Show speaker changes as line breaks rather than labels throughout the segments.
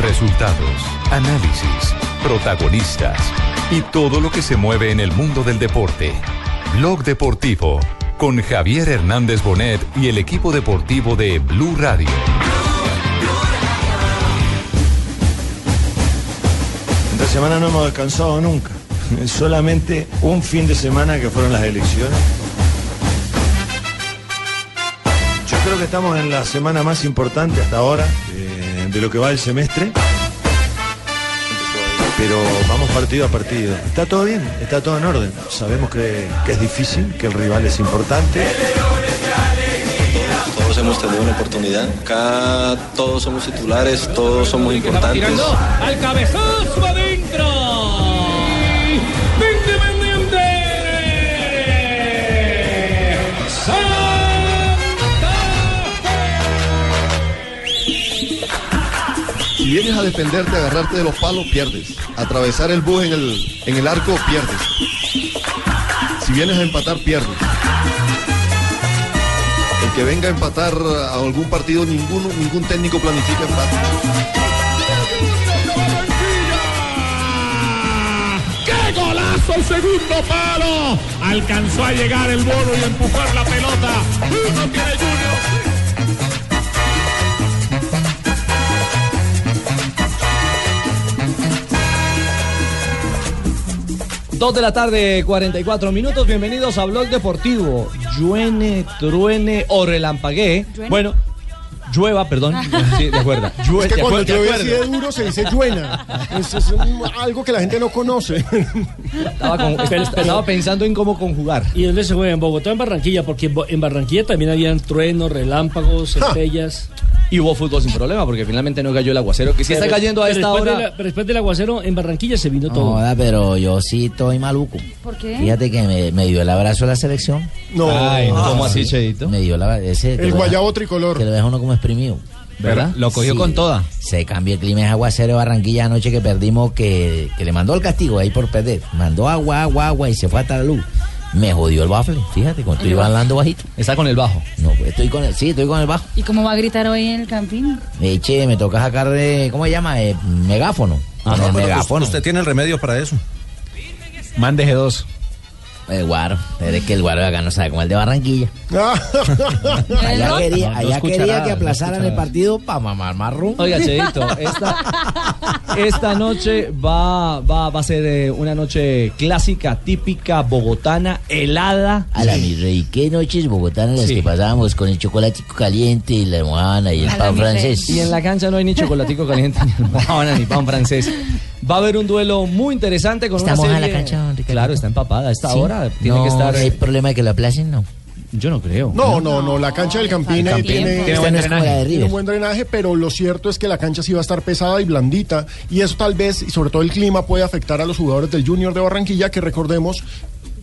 Resultados, análisis, protagonistas y todo lo que se mueve en el mundo del deporte. Blog deportivo con Javier Hernández Bonet y el equipo deportivo de Blue Radio.
Esta semana no hemos descansado nunca. Solamente un fin de semana que fueron las elecciones. Yo creo que estamos en la semana más importante hasta ahora eh, de lo que va el semestre. Pero vamos partido a partido. Está todo bien, está todo en orden. Sabemos que, que es difícil, que el rival es importante.
Todos hemos tenido una oportunidad. Acá todos somos titulares, todos somos importantes.
al cabezazo adentro. Independiente.
Si vienes a defenderte, a agarrarte de los palos, pierdes. Atravesar el bus en el, en el arco, pierdes. Si vienes a empatar, pierdes. El que venga a empatar a algún partido, ninguno, ningún técnico planifica empate.
¡Qué golazo al segundo palo! Alcanzó a llegar el bono y empujar la pelota. Uno tiene Junior.
Dos de la tarde, 44 minutos. Bienvenidos a Blog Deportivo. Lluene, truene o relampaguee.
Lluene.
Bueno, llueva, perdón. Sí, de acuerdo. Llue-
Es que
de
cuando
acuerdo, de
llueve así
acuerdo.
de duro se dice lluena. Eso es un- algo que la gente no conoce.
Estaba, con- estaba pensando en cómo conjugar.
¿Y dónde se juega? ¿En Bogotá o en Barranquilla? Porque en Bo- en Barranquilla también habían truenos, relámpagos, centellas.
Y hubo fútbol sin problema porque finalmente no cayó el aguacero que sí está
Pero-
cayendo a
pero
esta
después de
hora.
la- pero después del aguacero, en Barranquilla se vino
No,
todo.
joda, pero yo sí estoy maluco.
¿Por qué?
Fíjate que me, me dio el abrazo a la selección.
No. Ay, no. ¿Cómo así,
Cheito? Me dio el abrazo. Ese,
El guayabo tricolor.
Que lo deja uno como exprimido.
Pero
¿Verdad?
lo cogió con toda.
Se cambió el clima, es aguacero de Barranquilla anoche que perdimos, que, que le mandó el castigo ahí por perder. Mandó agua, agua, agua y se fue hasta la luz. Me jodió el bafle, fíjate, cuando estoy
El bafle.
hablando bajito.
Está con el bajo.
No, pues estoy con el, sí, estoy con el bajo.
¿Y cómo va a gritar hoy en el camping?
Eh, che, me toca sacar de, ¿cómo se llama? Eh, megáfono. Con el megáfono.
Usted tiene el remedio para eso.
Mande G2. El guaro, pero es que el guaro de acá no sabe como el de Barranquilla. allá quería,
No,
allá
dos
quería
cucharadas,
que
dos
aplazaran el
cucharadas.
partido para mamar marrón.
Oiga, Cheito, esta, esta noche va, va, va a ser eh, una noche clásica, típica, bogotana, helada.
A la mi rey, qué noches bogotanas las que pasábamos con el chocolatico caliente y la almohada y el pan francés.
Y en la cancha no hay ni chocolatico caliente, ni almohada, ni pan francés. Va a haber un duelo muy interesante con
¿Está
una
mojada
serie...
la cancha, don
Claro, está empapada. A esta
Sí.
hora tiene
No,
que estar... eh,
¿Hay problema de que la aplacen? No.
Yo no creo.
No, no, no. La cancha del Campín
Campín.
tiene,
Tiene buen Esta no es como drenaje. la de River.
tiene un buen drenaje, pero lo cierto es que la cancha sí va a estar pesada y blandita. Y eso tal vez, y sobre todo el clima, puede afectar a los jugadores del Junior de Barranquilla, que recordemos.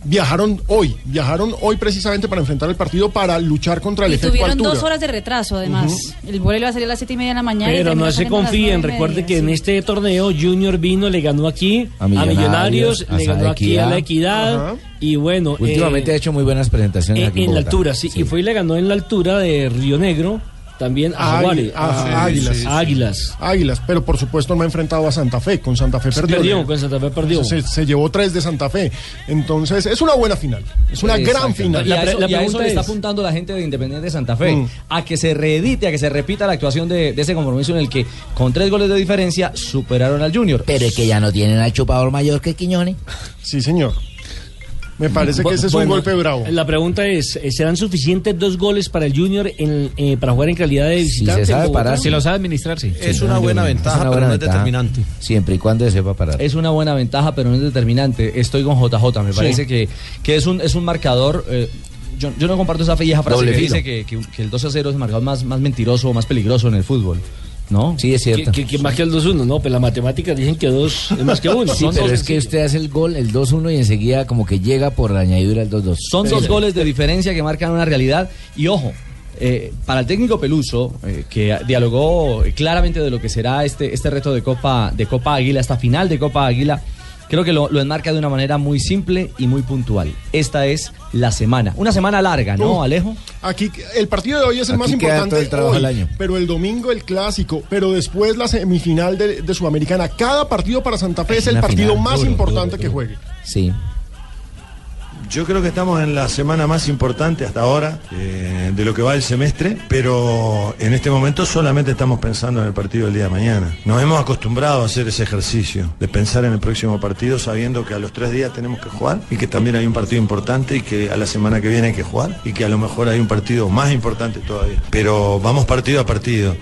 Viajaron hoy, viajaron hoy precisamente para enfrentar el partido para luchar contra el
Y
efecto
tuvieron
altura.
dos horas de retraso, además. El vuelo iba a salir a las siete y media de la mañana. y
Pero
terminó
no se
saliendo a las
confíen,
nueve y
recuerde
media,
que en
sí.
este torneo Junior vino, le ganó aquí a
A
Millonarios,
Millonarios, a
le ganó aquí a
Equidad.
la Equidad
Ajá.
y bueno, eh,
Últimamente ha hecho muy buenas presentaciones
en,
aquí.
Eh, en la
Bogotá.
altura, sí, y fue y le ganó en la altura de Río Negro también a
Águi-
Jaguares,
a-
a-
águilas.
a Ah, Águilas.
Águilas, pero por supuesto no ha enfrentado a Santa Fe. Con Santa Fe perdió.
Perdió, con Santa Fe perdió.
Se, se llevó tres de Santa Fe. Entonces, es una buena final. Es una gran
Exacto.
final.
Y a, eso- y a eso le está apuntando la gente de Independiente Santa Fe,
Mm.
a que se reedite, a que se repita la actuación de, de ese compromiso en el que con tres goles de diferencia superaron al Junior.
Pero es que ya no tienen al chupador mayor que Quiñones.
Sí, señor. Me parece que ese es un
Bueno,
golpe bravo.
La pregunta es, eh, ¿serán suficientes dos goles para el Junior en- eh, para jugar en calidad de visitante?
se sabe
en Bogotá?
parar, sí. Si lo
sabe administrar, sí.
Es una buena ventaja,
una
pero
buena
no es
ventaja.
determinante.
Siempre y cuando se sepa parar.
Es una buena ventaja, pero no es determinante. Estoy con JJ, me
Sí.
parece que, que es, un, es un marcador. eh, yo, yo no comparto esa vieja frase
Doble
que
filo.
dice que, que- que el 2 a 0 es el marcador más, más mentiroso o más peligroso en el fútbol. No.
Sí, es cierto.
Que, que- que más que el 2-1, no, pues las matemáticas dicen que dos es más que uno.
Sí,
Son
pero
dos
es que usted hace el gol, el 2-1 y enseguida como que llega por la añadidura el 2-2.
Son dos goles de diferencia que marcan una realidad. Y ojo, eh, para el técnico Peluso, eh, que dialogó claramente de lo que será este, este reto de Copa, de Copa Águila, esta final de Copa Águila, creo que lo, lo enmarca de una manera muy simple y muy puntual. Esta es la semana. Una semana larga, ¿no,
Uh,
Alejo?
Aquí el partido de hoy es el
Aquí
más
queda
importante.
todo el trabajo
hoy,
del año.
Pero el domingo el clásico, pero después la semifinal de, de Sudamericana. Cada partido para Santa Fe es,
Es
el
una
partido
final,
más
duro,
importante
duro,
que
duro.
juegue.
Sí.
Yo creo que estamos en la semana más importante hasta ahora eh, de lo que va el semestre, pero en este momento solamente estamos pensando en el partido del día de mañana. Nos hemos acostumbrado a hacer ese ejercicio de pensar en el próximo partido sabiendo que a los tres días tenemos que jugar y que también hay un partido importante y que a la semana que viene hay que jugar y que a lo mejor hay un partido más importante todavía. Pero vamos partido a partido.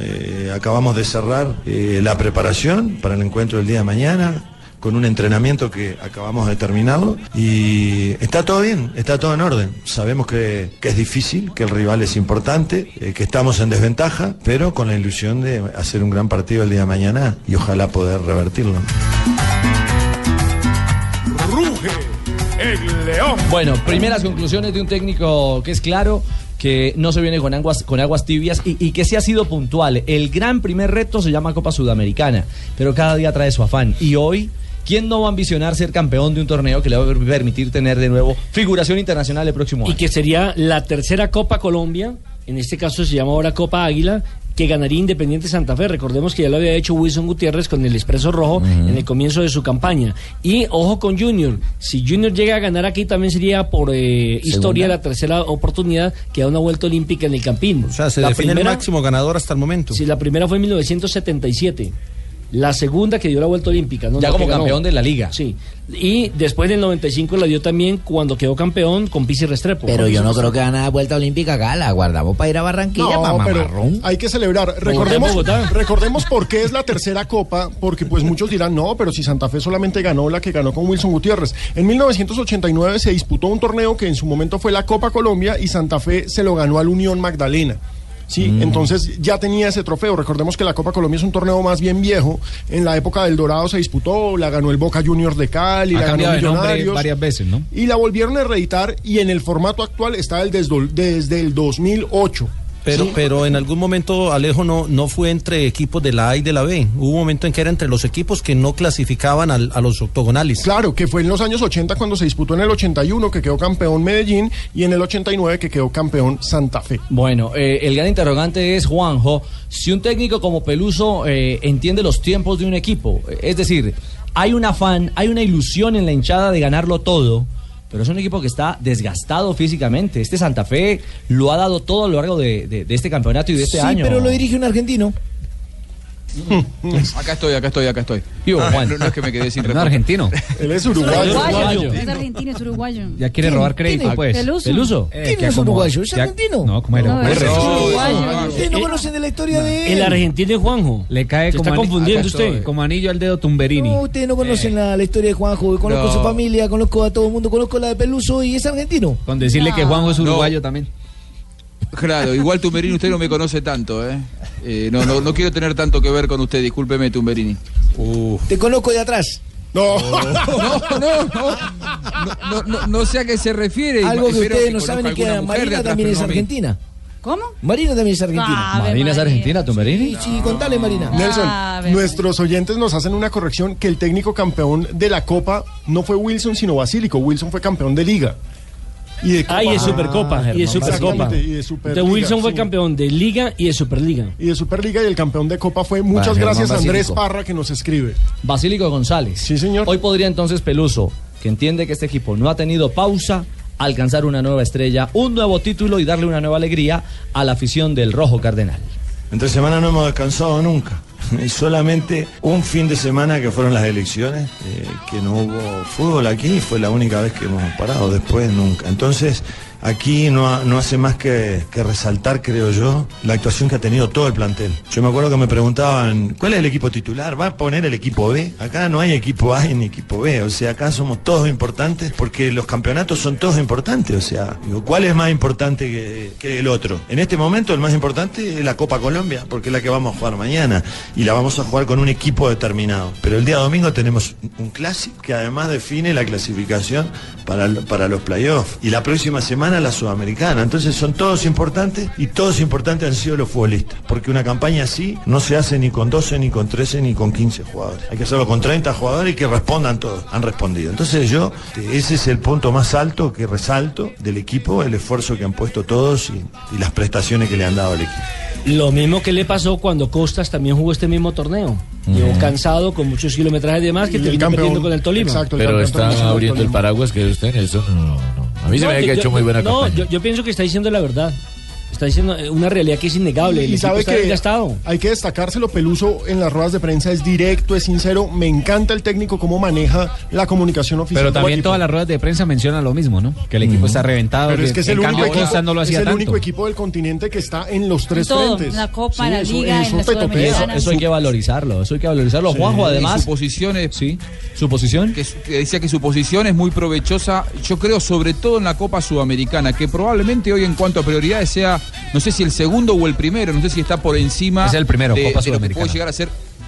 Eh, acabamos de cerrar eh, la preparación para el encuentro del día de mañana con un entrenamiento que acabamos de terminarlo y está todo bien, está todo en orden. Sabemos que, que es difícil, que el rival es importante, eh, que estamos en desventaja, pero con la ilusión de hacer un gran partido el día de mañana y ojalá poder revertirlo.
Ruge el león.
Bueno, primeras conclusiones de un técnico que es claro, que no se viene con aguas, con aguas tibias y, y que sí ha sido puntual. El gran primer reto se llama Copa Sudamericana, pero cada día trae su afán. Y hoy, ¿quién no va a ambicionar ser campeón de un torneo que le va a permitir tener de nuevo figuración internacional el próximo año?
Y que sería la tercera Copa Colombia, en este caso se llama ahora Copa Águila, que ganaría Independiente Santa Fe. Recordemos que ya lo había hecho Wilson Gutiérrez con el Expreso Rojo en el comienzo de su campaña. Y ojo con Junior, si Junior llega a ganar aquí también sería por eh, historia la tercera oportunidad que da una vuelta olímpica en el Campín. O sea,
se define el máximo ganador hasta el momento.
Sí, la primera fue en 1977. La segunda que dio la vuelta olímpica. ¿no?
Ya
La
como
que ganó.
campeón de la liga.
Sí. Y después del 95 la dio también cuando quedó campeón con Pizzi Restrepo.
Pero
Con Pizzi
yo Pues no
Restrepo.
creo que gana vuelta olímpica acá, la guardamos para ir a Barranquilla,
No,
para
pero
Mamarrón.
hay que celebrar. Recordemos, recordemos por qué es la tercera copa, porque pues muchos dirán, no, pero si Santa Fe solamente ganó la que ganó con Wilson Gutiérrez. En 1989 se disputó un torneo que en su momento fue la Copa Colombia y Santa Fe se lo ganó al Unión Magdalena. Sí,
Mm.
entonces ya tenía ese trofeo. Recordemos que la Copa Colombia es un torneo más bien viejo. En la época del Dorado se disputó, la ganó el Boca Juniors de Cali,
Ha
la ganó
cambiado de nombre
Millonarios
varias veces, ¿no?
y la volvieron a reeditar y en el formato actual está el desdol- desde el 2008.
Pero, pero en algún momento Alejo no, no fue entre equipos de la A y de la B. Hubo un momento en que era entre los equipos que no clasificaban al- a los octogonales.
Claro, que fue en los años 80 cuando se disputó en el 81 que quedó campeón Medellín y en el 89 que quedó campeón Santa Fe.
Bueno, eh, el gran interrogante es, Juanjo, si un técnico como Peluso eh, entiende los tiempos de un equipo, eh, es decir, hay un afán, hay una ilusión en la hinchada de ganarlo todo, pero es un equipo que está desgastado físicamente. Este Santa Fe lo ha dado todo a lo largo de, de- de este campeonato y de este
Sí,
año.
pero lo dirige un argentino. Mm.
Acá estoy, acá estoy, acá estoy.
Ah,
Juan?
no,
No, es que me quedé sin
No, argentino.
Él es
uruguayo. Es argentino, es uruguayo.
Ya quiere robar crédito,
¿Quién?
pues.
Peluso.
Eh,
¿Quién
que
es
como-
uruguayo? ¿Es
ya-
argentino?
No, como era.
No,
Corre.
es uruguayo.
Eh, eh,
conocen de la historia de
El argentino es Juanjo.
Le cae
Se
como
está
ani-
confundiendo
Acá estoy.
usted.
Como anillo al dedo Tumberini.
No, ustedes no conocen la, la historia de Juanjo. Yo Conozco
No.
su familia, conozco a todo el mundo, conozco la de Peluso y es argentino. Ah.
Con decirle que Juanjo es uruguayo también.
Claro, igual Tumberini usted no me conoce tanto, ¿eh? Eh, no, no, no quiero tener tanto que ver con usted, discúlpeme Tumberini.
Te conozco de atrás.
No.
No, no, no. No, no, no sé a qué se refiere.
Algo que
Espero
ustedes no
conozca
saben es que
alguna mujer de
Marina
atrás,
también
pero
es
no a mí.
argentina.
¿Cómo?
Marina también es argentina.
Ave Marina es María.
argentina, Tumberini.
Sí, sí, contale, Marina.
Nelson,
Ah, verdad.
nuestros oyentes nos hacen una corrección que el técnico campeón de la Copa no fue Wilson sino Basílico. Wilson fue campeón de Liga. Y de
Ah, y de Supercopa. y de Supercopa.
Exactamente, y de
Entonces,
Superliga,
Wilson fue
sí.
campeón de Liga y de Superliga.
Y de Superliga y el campeón de Copa fue. Muchas
Germán
gracias a Andrés
Basílico.
Parra que nos escribe.
Basílico González. Sí, señor. Hoy podría entonces Peluso, que entiende que este equipo no ha tenido pausa, alcanzar una nueva estrella, un nuevo título y darle una nueva alegría a la afición del Rojo Cardenal.
Entre semana no hemos descansado nunca. Y solamente un fin de semana que fueron las elecciones, eh, que no hubo fútbol aquí, fue la única vez que hemos parado, después nunca. Entonces, aquí no, ha- no hace más que, que resaltar, creo yo, la actuación que ha tenido todo el plantel. Yo me acuerdo que me preguntaban, ¿cuál es el equipo titular? ¿Va a poner el equipo B? Acá no hay equipo A ni equipo B, o sea, acá somos todos importantes porque los campeonatos son todos importantes, o sea, digo, ¿cuál es más importante que, que el otro? En este momento el más importante es la Copa Colombia, porque es la que vamos a jugar mañana y la vamos a jugar con un equipo determinado. Pero el día domingo tenemos un clásico que además define la clasificación para, el- para los playoffs. Y la próxima semana la sudamericana. Entonces son todos importantes y todos importantes han sido los futbolistas. Porque una campaña así no se hace ni con 12, ni con 13, ni con 15 jugadores. Hay que hacerlo con 30 jugadores y que respondan todos. Han respondido. Entonces yo, ese es el punto más alto que resalto del equipo, el esfuerzo que han puesto todos y- y las prestaciones que le han dado al equipo.
Lo mismo que le pasó cuando Costas también jugó este mismo torneo. Llegó cansado, con muchos kilometrajes de más,
Y
que
el
terminó
campeón.
perdiendo con el Tolima.
Exacto,
Pero están abriendo el paraguas que usted en eso. No, no, no. A mí se
No,
me había
yo-
que ha hecho
yo-
muy buena
No,
campaña.
yo, yo pienso que está diciendo la verdad. Está diciendo eh, una realidad que es innegable. El
Y
equipo
sabe
está
que
desgastado.
hay que destacárselo, Peluso en las ruedas de prensa es directo, es sincero. Me encanta el técnico cómo maneja la comunicación oficial.
Pero
del
también
equipo.
todas las ruedas de prensa mencionan lo mismo, ¿no? Que el equipo
Mm.
está reventado.
Pero es que es
en
el, único
cambio,
equipo,
Costa no lo
es
hacía
el
tanto.
único equipo del continente que está en los tres
todo,
frentes.
en la Copa, en la Liga, en la
Y eso,
Sudamericana.
eso hay que valorizarlo, eso hay que valorizarlo.
Sí.
Juanjo,
Y
además.
su posición es,
sí, su posición.
Que, su- que decía que su posición es muy provechosa, yo creo, sobre todo en la Copa Sudamericana, que probablemente hoy en cuanto a prioridades sea, no sé si el segundo o el primero, no sé si está por encima.
Es el primero,
de,
Copa
de lo que puede
Sudamericana.
llegar a ser. eh,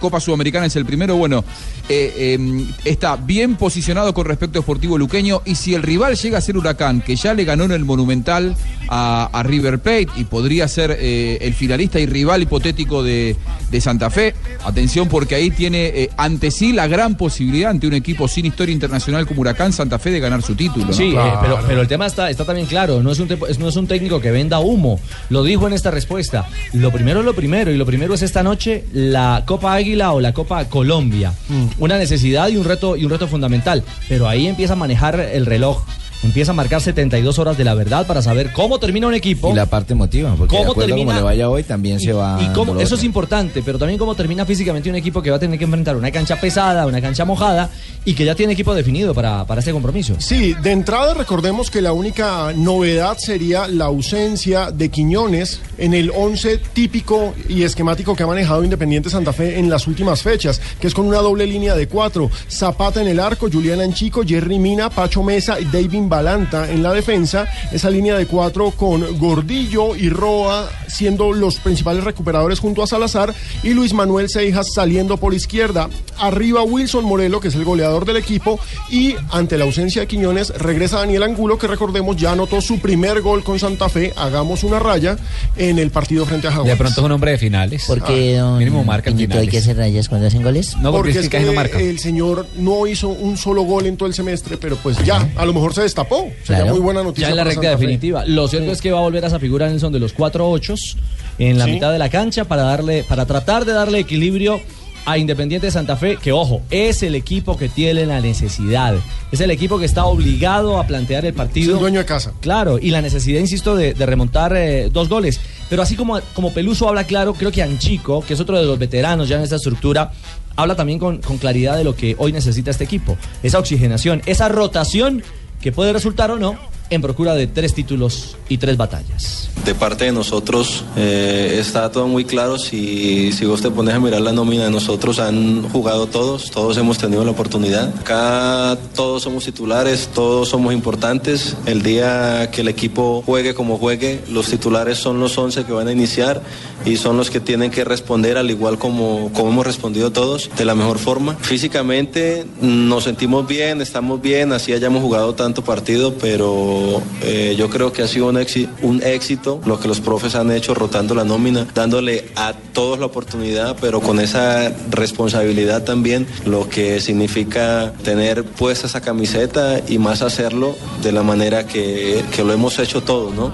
Copa Sudamericana es el primero, bueno, eh, eh, está bien posicionado con respecto a Sportivo Luqueño y si el rival llega a ser Huracán, que ya le ganó en el Monumental a, a River Plate y podría ser eh, el finalista y rival hipotético de, de Santa Fe, atención porque ahí tiene eh, ante sí la gran posibilidad ante un equipo sin historia internacional como Huracán Santa Fe de ganar su título. ¿no?
Sí, eh, pero, pero el tema está, está también claro. No es, un tepo- es- no es un técnico que venda humo. Lo dijo en esta respuesta. Lo primero es lo primero. Y lo primero es esta noche la Copa Águila o la Copa Colombia.
Mm.
Una necesidad y un reto, y un reto fundamental. Pero ahí empieza a manejar el reloj. Empieza a marcar 72 horas de la verdad para saber cómo termina un equipo.
Y la parte emotiva, porque de
¿Cómo
acuerdo
termina?
como le vaya hoy también se va.
Y cómo, eso es importante, pero también cómo termina físicamente un equipo que va a tener que enfrentar una cancha pesada, una cancha mojada y que ya tiene equipo definido para, para este compromiso.
Sí, de entrada recordemos que la única novedad sería la ausencia de Quiñones en el 11 típico y esquemático que ha manejado Independiente Santa Fe en las últimas fechas, que es con una doble línea de cuatro, Zapata en el arco, Julián Anchico, Jerry Mina, Pacho Mesa y David Balanta en la defensa, esa línea de cuatro con Gordillo y Roa siendo los principales recuperadores junto a Salazar y Luis Manuel Seijas saliendo por izquierda. Arriba Wilson Morelo, que es el goleador del equipo, y ante la ausencia de Quiñones regresa Daniel Angulo, que recordemos ya anotó su primer gol con Santa Fe, hagamos una raya, en el partido frente a Jaguares.
De pronto es un hombre de finales.
Porque,
Ah, mínimo marca en
Piñito, hay
finales.
que
hacer rayas cuando hacen goles?
No, porque,
porque
es que casi
es
no
que
marca.
eh,
el señor no hizo un solo gol en todo el semestre, pero pues ya, a lo mejor se destapó. Sería muy buena noticia.
Ya en la
para
recta
Santa Fe.
definitiva. Lo cierto
Sí.
es que va a volver a esa figura Nelson de los cuatro ochos en la
Sí.
mitad de la cancha para darle, para tratar de darle equilibrio a Independiente Santa Fe, que ojo, es el equipo que tiene la necesidad. Es el equipo que está obligado a plantear el partido.
Es el dueño de casa.
Claro, y la necesidad, insisto, de, de remontar eh, dos goles. Pero así como, como Peluso habla claro, creo que Anchico, que es otro de los veteranos ya en esta estructura, habla también con, con claridad de lo que hoy necesita este equipo. Esa oxigenación, esa rotación que puede resultar o no en procura de tres títulos y tres batallas.
De parte de nosotros eh, está todo muy claro. Si, si vos te pones a mirar la nómina de nosotros, han jugado todos, todos hemos tenido la oportunidad. Acá todos somos titulares, todos somos importantes. El día que el equipo juegue como juegue, los titulares son los 11 que van a iniciar y son los que tienen que responder al igual como, como hemos respondido todos, de la mejor forma. Físicamente mm, nos sentimos bien, estamos bien, así hayamos jugado tanto partido, pero eh, yo creo que ha sido un, exi- un éxito lo que los profes han hecho rotando la nómina, dándole a todos la oportunidad, pero con esa responsabilidad también, lo que significa tener puesta esa camiseta y más hacerlo de la manera que, que lo hemos hecho todos, ¿no?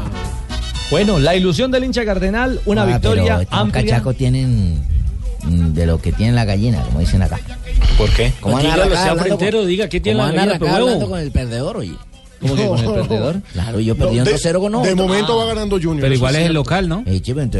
Bueno, la ilusión del hincha cardenal, una
Ah,
victoria
pero Don
amplia.
Cachaco tienen mm, de lo que tienen la gallina, como dicen acá.
¿Por qué?
¿Cómo van a
Dígalo,
arrancar
sea
hablando
frentero,
con-
diga qué tiene la
cómo van a
gallina,
arrancar
pero huevo?
hablando con el perdedor, oye?
¿Cómo que con el perdedor?
Claro, yo perdí
No,
un
de-
2-0 con Ah. nosotros.
de momento va ganando Junior,
Pero igual es el local, ¿no?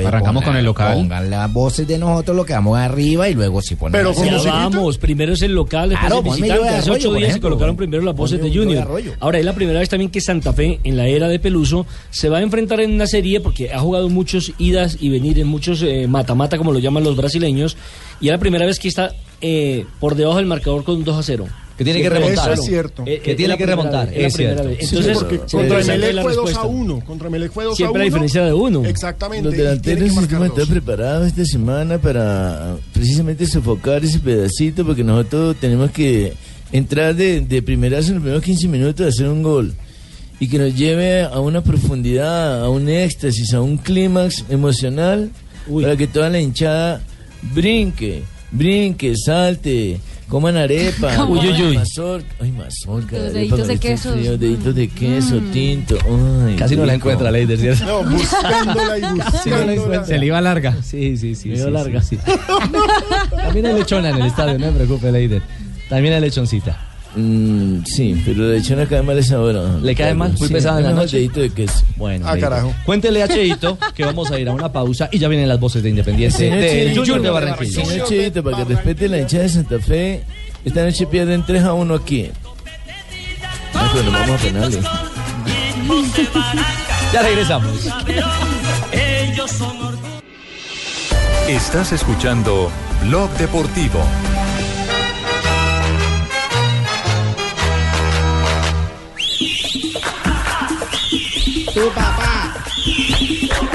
Arrancamos con el local.
Pongan las voces de nosotros, lo que vamos arriba y luego si ponen.
Pero
las
ya
voces-
vamos, primero es el local, después
Claro,
el
ponme
visitante.
yo de
Hace
Arroyo,
ocho
por
días se
ejemplo.
colocaron primero las voces de
Ponme un yo de
Junior.
Arroyo.
Ahora es la primera vez también que Santa Fe, en la era de Peluso, se va a enfrentar en una serie porque ha jugado muchos idas y venir en muchos eh, mata-mata, como lo llaman los brasileños, y es la primera vez que está eh, por debajo del marcador con un 2 a 0.
Que tiene que remontar. Eso es cierto.
Eh, eh,
Que tiene
es la
que
primera
remontar,
vez, es la
es
primera
cierto.
vez.
Sí,
Entonces,
porque
eh,
contra
Contra
interesante
Emelec
la
fue 2 a
respuesta.
1. Contra Emelec fue 2 a 1.
Siempre la diferencia de uno.
Exactamente.
Los
y tiene que
delanteros
marcar
no
dos.
están preparados esta semana para ah, precisamente sofocar ese pedacito porque nosotros tenemos que entrar de, de primerazo en los primeros 15 minutos a hacer un gol y que nos lleve a una profundidad, a un éxtasis, a un clímax emocional para que toda la hinchada brinque, brinque, salte, coman arepa,
Uy, uy, uy.
mazor- ay, mazorca,
Los
arepa
deditos
con
de
este
quesos. Mm.
frío, deditos de queso, tinto, ay,
Casi no la
rico.
encuentra, Leider, ¿cierto?
No, buscándola y buscándola.
Se le iba larga. Sí, sí, sí.
iba
sí,
larga.
sí, sí. También hay lechona en el estadio, no me preocupe, Leider. También hay lechoncita.
Mm, sí, pero la lechona cae mal esa hora.
¿Le cae mal? Muy
Sí,
pesada en la
mejor
noche.
dedito de queso.
Bueno,
Ah,
Leider.
carajo.
Cuéntele a Cheito que vamos a ir a una pausa y ya vienen las voces de Independiente
Señor
de
Chivito,
Junior de Barranquilla.
Señor Chivito, para que respete la hinchada de Santa Fe, esta noche pierden 3 a 1 aquí. Ah, pero nos vamos a penales.
Ya regresamos.
Ellos son
Estás escuchando Blog Deportivo.
Tu papá. Tu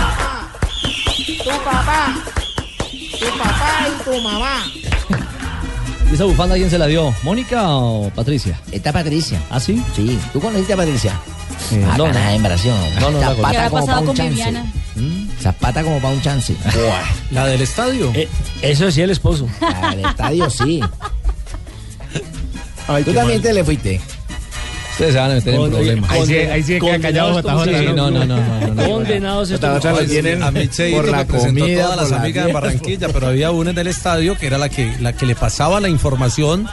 papá. Tu papá y tu mamá.
¿Y esa bufanda quién se la dio? ¿Mónica o Patricia?
Está Patricia.
¿Ah, sí?
Sí. ¿Tú conociste a Patricia?
Eh,
ah,
no,
carajo, en Brasil.
No, no, no.
¿Qué
Zapata
habrá
como para
pasado
un
con
chance.
Viviana?
Zapata como para un chance.
¿La del estadio?
eso sí, el esposo.
Al Ah, estadio sí.
Ay,
Tú
qué
también
mal.
te le fuiste.
Ustedes se van a meter en
Con-
problemas.
ahí sí- ahí sí queda callado
Sí,
JJ,
no, no,
¿no?
no, no, no.
Condenados estos
Otra vez
muchachos.
tienen a mí Cheito
por la
me presentó
comida,
todas
por
las
la
amigas de
mierda.
Barranquilla, pero había una en el estadio que era la que, la que le pasaba la información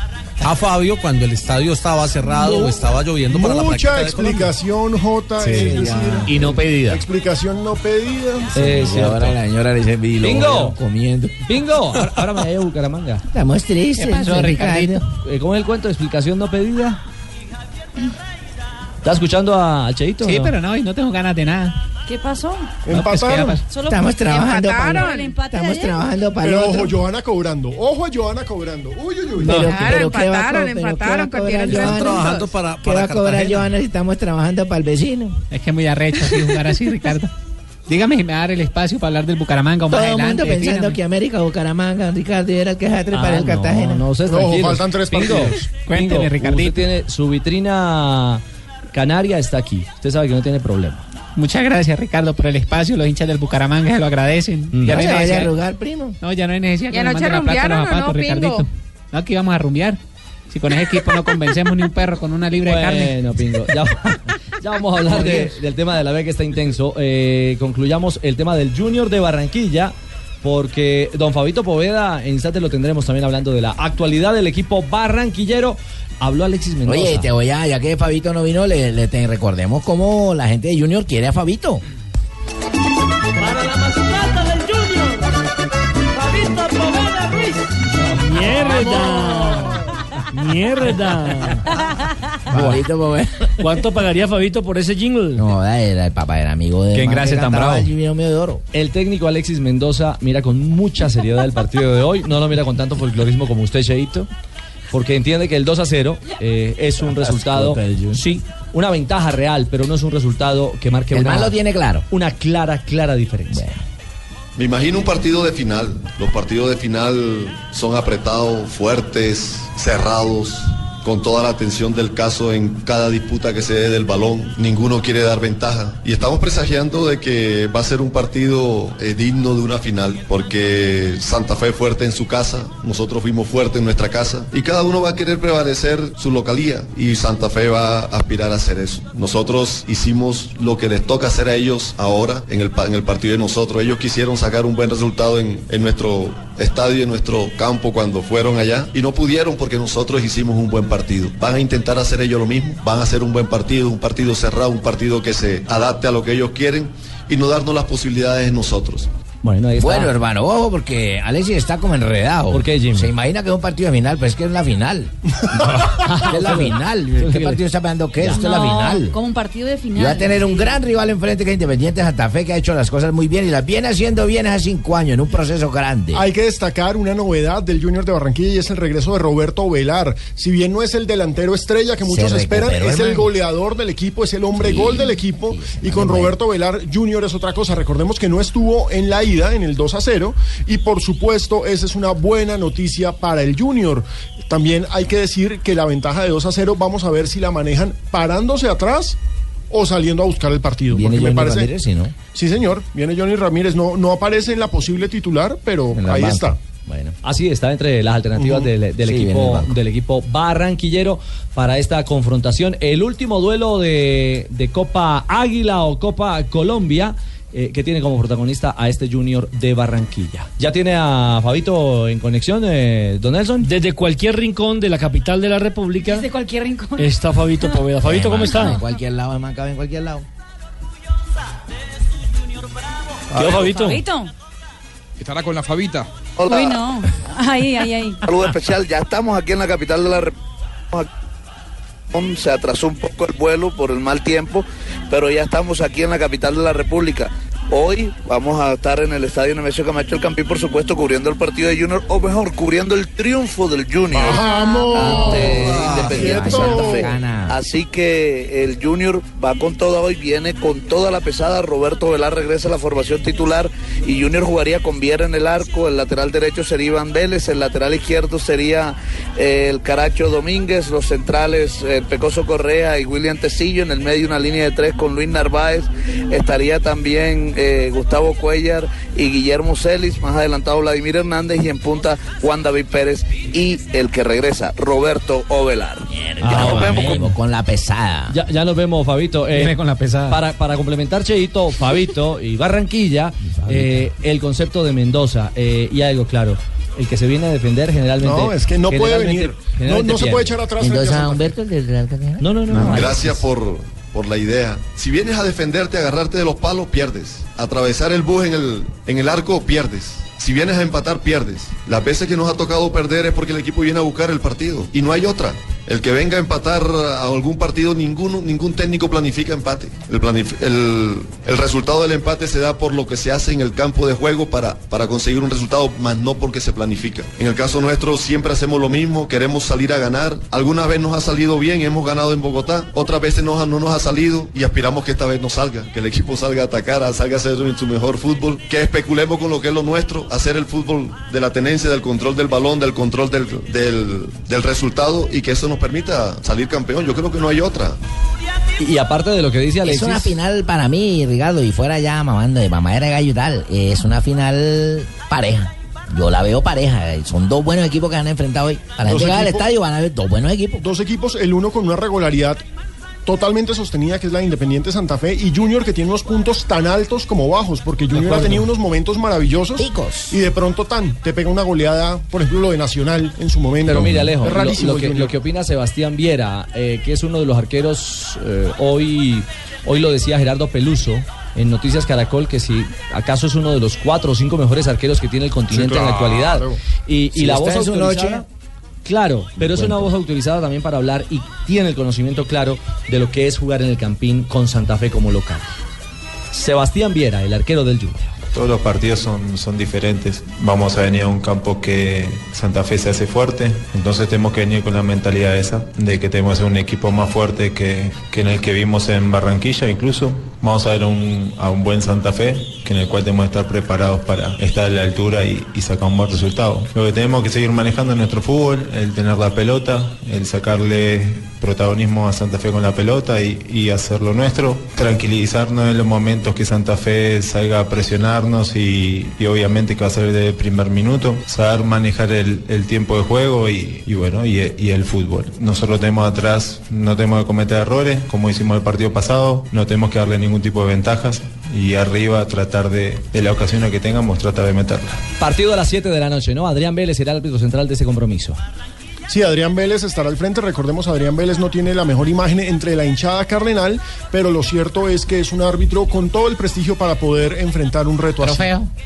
a Fabio cuando el estadio estaba cerrado
Mu-
o estaba lloviendo para la práctica
Mucha
de Colombia.
explicación, J.
Sí,
es
ya.
decir,
Y no pedida.
Explicación no pedida.
y ahora la señora le dice "Vi, lo
Bingo.
veo comiendo.
Pingo, ahora- ahora me voy a Bucaramanga.
Estamos tristes.
¿Qué pasó,
don
Ricardito? Eh, ¿Cómo es el cuento? ¿Explicación no pedida? ¿Estás escuchando a al Cheito?
Sí,
o no?
pero no, y no tengo ganas de nada.
¿Qué pasó?
Em,
No, pues, ¿qué va a pasar?
Solo
Estamos
porque
trabajando para-
empataron. el empate de ayer.
Pero ojo, Johanna cobrando. Ojo a Johanna cobrando. Uy, uy, uy.
Pero- pero ¿qué va a
empataron,
co- pero
empataron,
¿qué va a cobrar
perdieron tres
Johanna?
trabajando
para,
¿Qué va a cobrar Johanna
si estamos trabajando para el vecino?
Es que es muy arrecho así jugar así, Ricardo. Dígame si me va a dar el espacio para hablar del Bucaramanga o más
Todo el
adelante.
mundo pensando
defíname.
que América Bucaramanga, Ricardo, era el que se va a trepar
Ah,
el Cartagena.
No, no, ustedes tranquilos. Pingo,
Cuénteme,
Pingo,
Ricardito.
Usted tiene su vitrina canaria está aquí. Usted sabe que no tiene problema.
Muchas gracias, Ricardo, por el espacio. Los hinchas del Bucaramanga se lo agradecen.
Mm.
Ya
No
hay
se vaya
necesidad-
primo.
No, ya no hay necesidad
¿Y
que nos
anoche
manden la plata a los
rumbearon o no,
zapatos,
Pingo?
Ricardito. No, aquí vamos a rumbear. Si con ese equipo no convencemos ni un perro con una libra de carne.
Bueno, Pingo, ya, ya vamos a hablar de- del tema de la B que está intenso. Eh, concluyamos el tema del Junior de Barranquilla, porque don Fabito Poveda, en instantes lo tendremos también hablando de la actualidad del equipo barranquillero. Habló Alexis Mendoza.
Oye, te voy a, ya que Fabito no vino, le, le- te recordemos cómo la gente de Junior quiere a Fabito.
Plata del Junior. Fabito Poveda Ruiz.
¡Mierda! ¡Mierda!
Fabito, pues,
¿Cuánto pagaría Fabito por ese jingle?
No, Ah, era el papá, era amigo de.
Qué engrase tan bravo.
de oro.
El técnico Alexis Mendoza mira con mucha seriedad el partido de hoy. No lo mira con tanto folclorismo como usted, Cheito. Porque entiende que el 2 a 0 eh, es un resultado, sí, una ventaja real, pero no es un resultado que marque
El
una.
man lo tiene claro.
Una clara, clara diferencia.
Me imagino un partido de final. Los partidos de final son apretados, fuertes, cerrados, con toda la atención del caso en cada disputa que se dé del balón. Ninguno quiere dar ventaja. Y estamos presagiando de que va a ser un partido eh, digno de una final, porque Santa Fe es fuerte en su casa, nosotros fuimos fuertes en nuestra casa, y cada uno va a querer prevalecer su localía, y Santa Fe va a aspirar a hacer eso. Nosotros hicimos lo que les toca hacer a ellos ahora en el, pa- en el partido de nosotros. Ellos quisieron sacar un buen resultado en, en nuestro estadio, en nuestro campo cuando fueron allá y no pudieron porque nosotros hicimos un buen partido. partido. Van a intentar hacer ellos lo mismo, van a hacer un buen partido, un partido cerrado, un partido que se adapte a lo que ellos quieren y no darnos las posibilidades nosotros.
Bueno,
ahí está.
hermano, ojo, porque Alexis está como enredado. ¿Por qué, Jimmy? Se imagina que es un partido de final, pero es que es la final. Esta es la final. ¿Qué partido está pegando qué? Esto es la
No,
final.
Como un partido de final.
Y va a tener un gran rival enfrente que es Independiente Santa Fe, que ha hecho las cosas muy bien y las viene haciendo bien hace cinco años, en un proceso grande.
Hay que destacar una novedad del Junior de Barranquilla y es el regreso de Roberto Velar. Si bien no es el delantero estrella que muchos
recuperó,
esperan, es el
hermano.
goleador del equipo, es el hombre
Sí,
gol del equipo. y con Roberto Velar Junior es otra cosa. Recordemos que no estuvo en la ida, en el 2 a 0. Y por supuesto, esa es una buena noticia para el Junior. También hay que decir que la ventaja de 2 a 0, vamos a ver si la manejan parándose atrás o saliendo a buscar el partido.
Viene
porque me
Johnny
parece-
Ramírez, ¿sí, no?
Sí, señor. Viene Johnny Ramírez. No, no aparece en la posible titular, pero
En la
ahí
banca.
está.
Bueno.
Así Ah, está entre las alternativas
Ujú.
del, del
Sí, viene el
equipo,
banco.
del equipo barranquillero para esta confrontación. El último duelo de, de Copa Águila o Copa Colombia eh, que tiene como protagonista a este Junior de Barranquilla. ¿Ya tiene a Fabito en conexión, eh, don Nelson?
Desde cualquier rincón de la capital de la República
Desde cualquier rincón.
está Fabito Poveda. Fabito, ¿cómo
Eh, En
está?
cualquier lado, hermano, cabe en cualquier lado.
¿Qué va, Fabito?
Fabito.
Estará con la Fabita.
Uy, no. Ahí, ahí, ahí.
Saludo especial, ya estamos aquí en la capital de la República. Se atrasó un poco el vuelo por el mal tiempo, pero ya estamos aquí en la capital de la República. Hoy vamos a estar en el estadio Nemesio Camacho el Campín, por supuesto, cubriendo el partido de Junior, o mejor, cubriendo el triunfo del Junior.
¡Vamos!
Ante Independiente Santa
¡Cierto!
Fe. Así que el Junior va con toda hoy, viene con toda la pesada. Roberto Velar regresa a la formación titular y Junior jugaría con Viera en el arco. El lateral derecho sería Iván Vélez, el lateral izquierdo sería eh, el Caracho Domínguez, los centrales eh, Pecoso Correa y William Tecillo. En el medio una línea de tres con Luis Narváez. Estaría también eh, Gustavo Cuellar y Guillermo Celis. Más adelantado Vladimir Hernández y en punta Juan David Pérez y el que regresa, Roberto Ovelar.
Ah,
Vamos Ah, con la pesada.
Ya, ya nos vemos, Fabito. Eh,
Viene con la pesada.
Para, para complementar, Cheito, Fabito y Barranquilla, eh, el concepto de Mendoza eh, y algo claro. El que se viene a defender generalmente.
No, es que no puede
generalmente-
venir. No-
generalmente
no se
pierde.
puede echar atrás
frente a
Mendoza,
Santa
Humberto, el del Real Cartagena.
No, no, no.
Gracias por, por la idea. Si vienes a defenderte, a agarrarte de los palos, pierdes. Atravesar el bus en el, en el arco, pierdes. Si vienes a empatar, pierdes. Las veces que nos ha tocado perder es porque el equipo viene a buscar el partido. Y no hay otra. El que venga a empatar a algún partido, ninguno, ningún técnico planifica empate. El, planif- el, el resultado del empate se da por lo que se hace en el campo de juego para, para conseguir un resultado, más no porque se planifica. En el caso nuestro siempre hacemos lo mismo, queremos salir a ganar. Alguna vez nos ha salido bien, hemos ganado en Bogotá. Otras veces no, no nos ha salido y aspiramos que esta vez nos salga, que el equipo salga a atacar, salga a hacer su mejor fútbol, que especulemos con lo que es lo nuestro, hacer el fútbol de la tenencia, del control del balón, del control del, del, del resultado y que eso nos permita salir campeón. Yo creo que no hay otra.
Y, y aparte de lo que dice
Es
Alexis.
una final para mí, Ricardo, y fuera ya mamando de mamadera de gallo y tal. Es una final pareja. Yo la veo pareja. eh, Son dos buenos equipos que han enfrentado hoy. Para
Dos
llegar al
equipos-
estadio van a ver dos buenos equipos.
Dos equipos, el uno con una regularidad totalmente sostenida, que es la de Independiente Santa Fe, y Junior, que tiene unos puntos tan altos como bajos, porque Junior ha
acuerdo.
tenido unos momentos maravillosos. Y de pronto tan, te pega una goleada, por ejemplo, lo de Nacional en su momento.
Pero mira, Alejo,
es
lo,
rarísimo.
lo que,
el
lo que opina Sebastián Viera, eh, que es uno de los arqueros, eh, hoy, hoy lo decía Gerardo Peluso en Noticias Caracol, que si acaso es uno de los cuatro o cinco mejores arqueros que tiene el continente en la
claro.
actualidad. Y, y
Si
la
está
voz
en su
autorizada...
noche,
Claro, pero es
cuenta.
una voz autorizada también para hablar y tiene el conocimiento claro de lo que es jugar en el Campín con Santa Fe como local. Sebastián Viera, el arquero del Junior.
Todos los partidos son, son diferentes. Vamos a venir a un campo que Santa Fe se hace fuerte. Entonces tenemos que venir con la mentalidad esa, de que tenemos un equipo más fuerte que, que en el que vimos en Barranquilla incluso. Vamos a ver un- a un buen Santa Fe, que en el cual tenemos que estar preparados para estar a la altura y, y sacar un buen resultado. Lo que tenemos que seguir manejando en nuestro fútbol, el tener la pelota, el sacarle protagonismo a Santa Fe con la pelota y, y hacer lo nuestro, tranquilizarnos en los momentos que Santa Fe salga a presionarnos y, y obviamente que va a ser del primer minuto, saber manejar el, el tiempo de juego y, y bueno, y, e- y el fútbol. Nosotros tenemos atrás, no tenemos que cometer errores, como hicimos el partido pasado, no tenemos que darle ningún tipo de ventajas y arriba tratar de, de la ocasión que tengamos, tratar de meterla.
Partido a las 7 de la noche, ¿no? Adrián Vélez será el árbitro central de ese compromiso.
Sí, Adrián Vélez estará al frente. Recordemos, Adrián Vélez no tiene la mejor imagen entre la hinchada cardenal, pero lo cierto es que es un árbitro con todo el prestigio para poder enfrentar un reto así.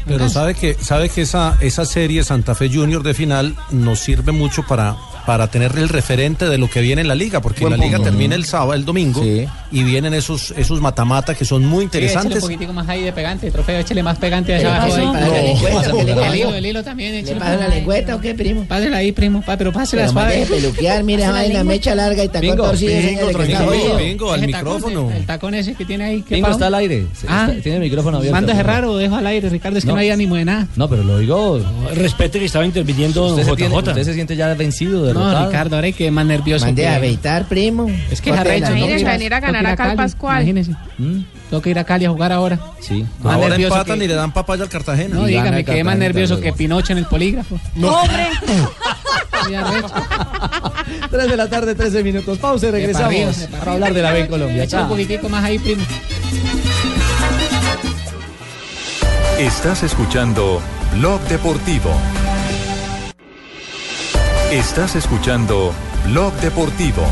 Pero sabe que, sabe que esa, esa serie Santa Fe Junior de final nos sirve mucho para, para tener el referente de lo que viene en la liga, porque
Buen
la liga
punto.
termina el sábado, el domingo, y vienen esos, esos matamata que son muy
Échale un
interesantes.
poquitico más ahí de pegante, trofeo, échele más pegante allá abajo.
pasó?
ahí.
Para la No. lengüeta,
que le
El
pasó.
hilo, el hilo también, échele
pasa
un
la
poco.
lengüeta o qué, primo?
Pásela ahí, primo, pa, pero pásela
Pero más
suave.
deje peluquear, mire esa
Pásela
vaina,
lengua.
mecha larga y tacón
Bingo,
torcido,
bingo,
señores, que está
tranquilo,
jodido.
bingo, al Ese tacón, micrófono. El tacón ese que tiene ahí. ¿qué
Pingo
pavo?
está al aire. Se-
Ah,
está- tiene el micrófono abierto.
Manda Gerraro, o dejo al aire, Ricardo, es que
No.
no hay ánimo de nada.
No, pero lo digo.
Respete que estaba interviniendo
Usted se,
JJ.
tiene- usted se siente ya vencido,
No,
derrotado.
Ricardo, ahora hay que más nervioso.
Mande a
beitar, primo. Es que es
Corte de
arrecho.
las
¿no?
noches.
venir a
Tengo que
ganar
ir
acá al
Cali,
Pascual.
Imagínese. Tengo que ir a Cali a jugar ahora.
Sí.
Más
Ahora
nervioso
empatan
que-
y le dan papaya al Cartagena.
No, dígame, quedé más nervioso que Pinocho en el polígrafo.
No.
¡Hombre!
3 de la tarde, 13 minutos. Pausa y regresamos para hablar de la B en Colombia.
Echa un
Chao.
poquitico más ahí, primo.
Estás escuchando Blog Deportivo. Estás escuchando Blog Deportivo.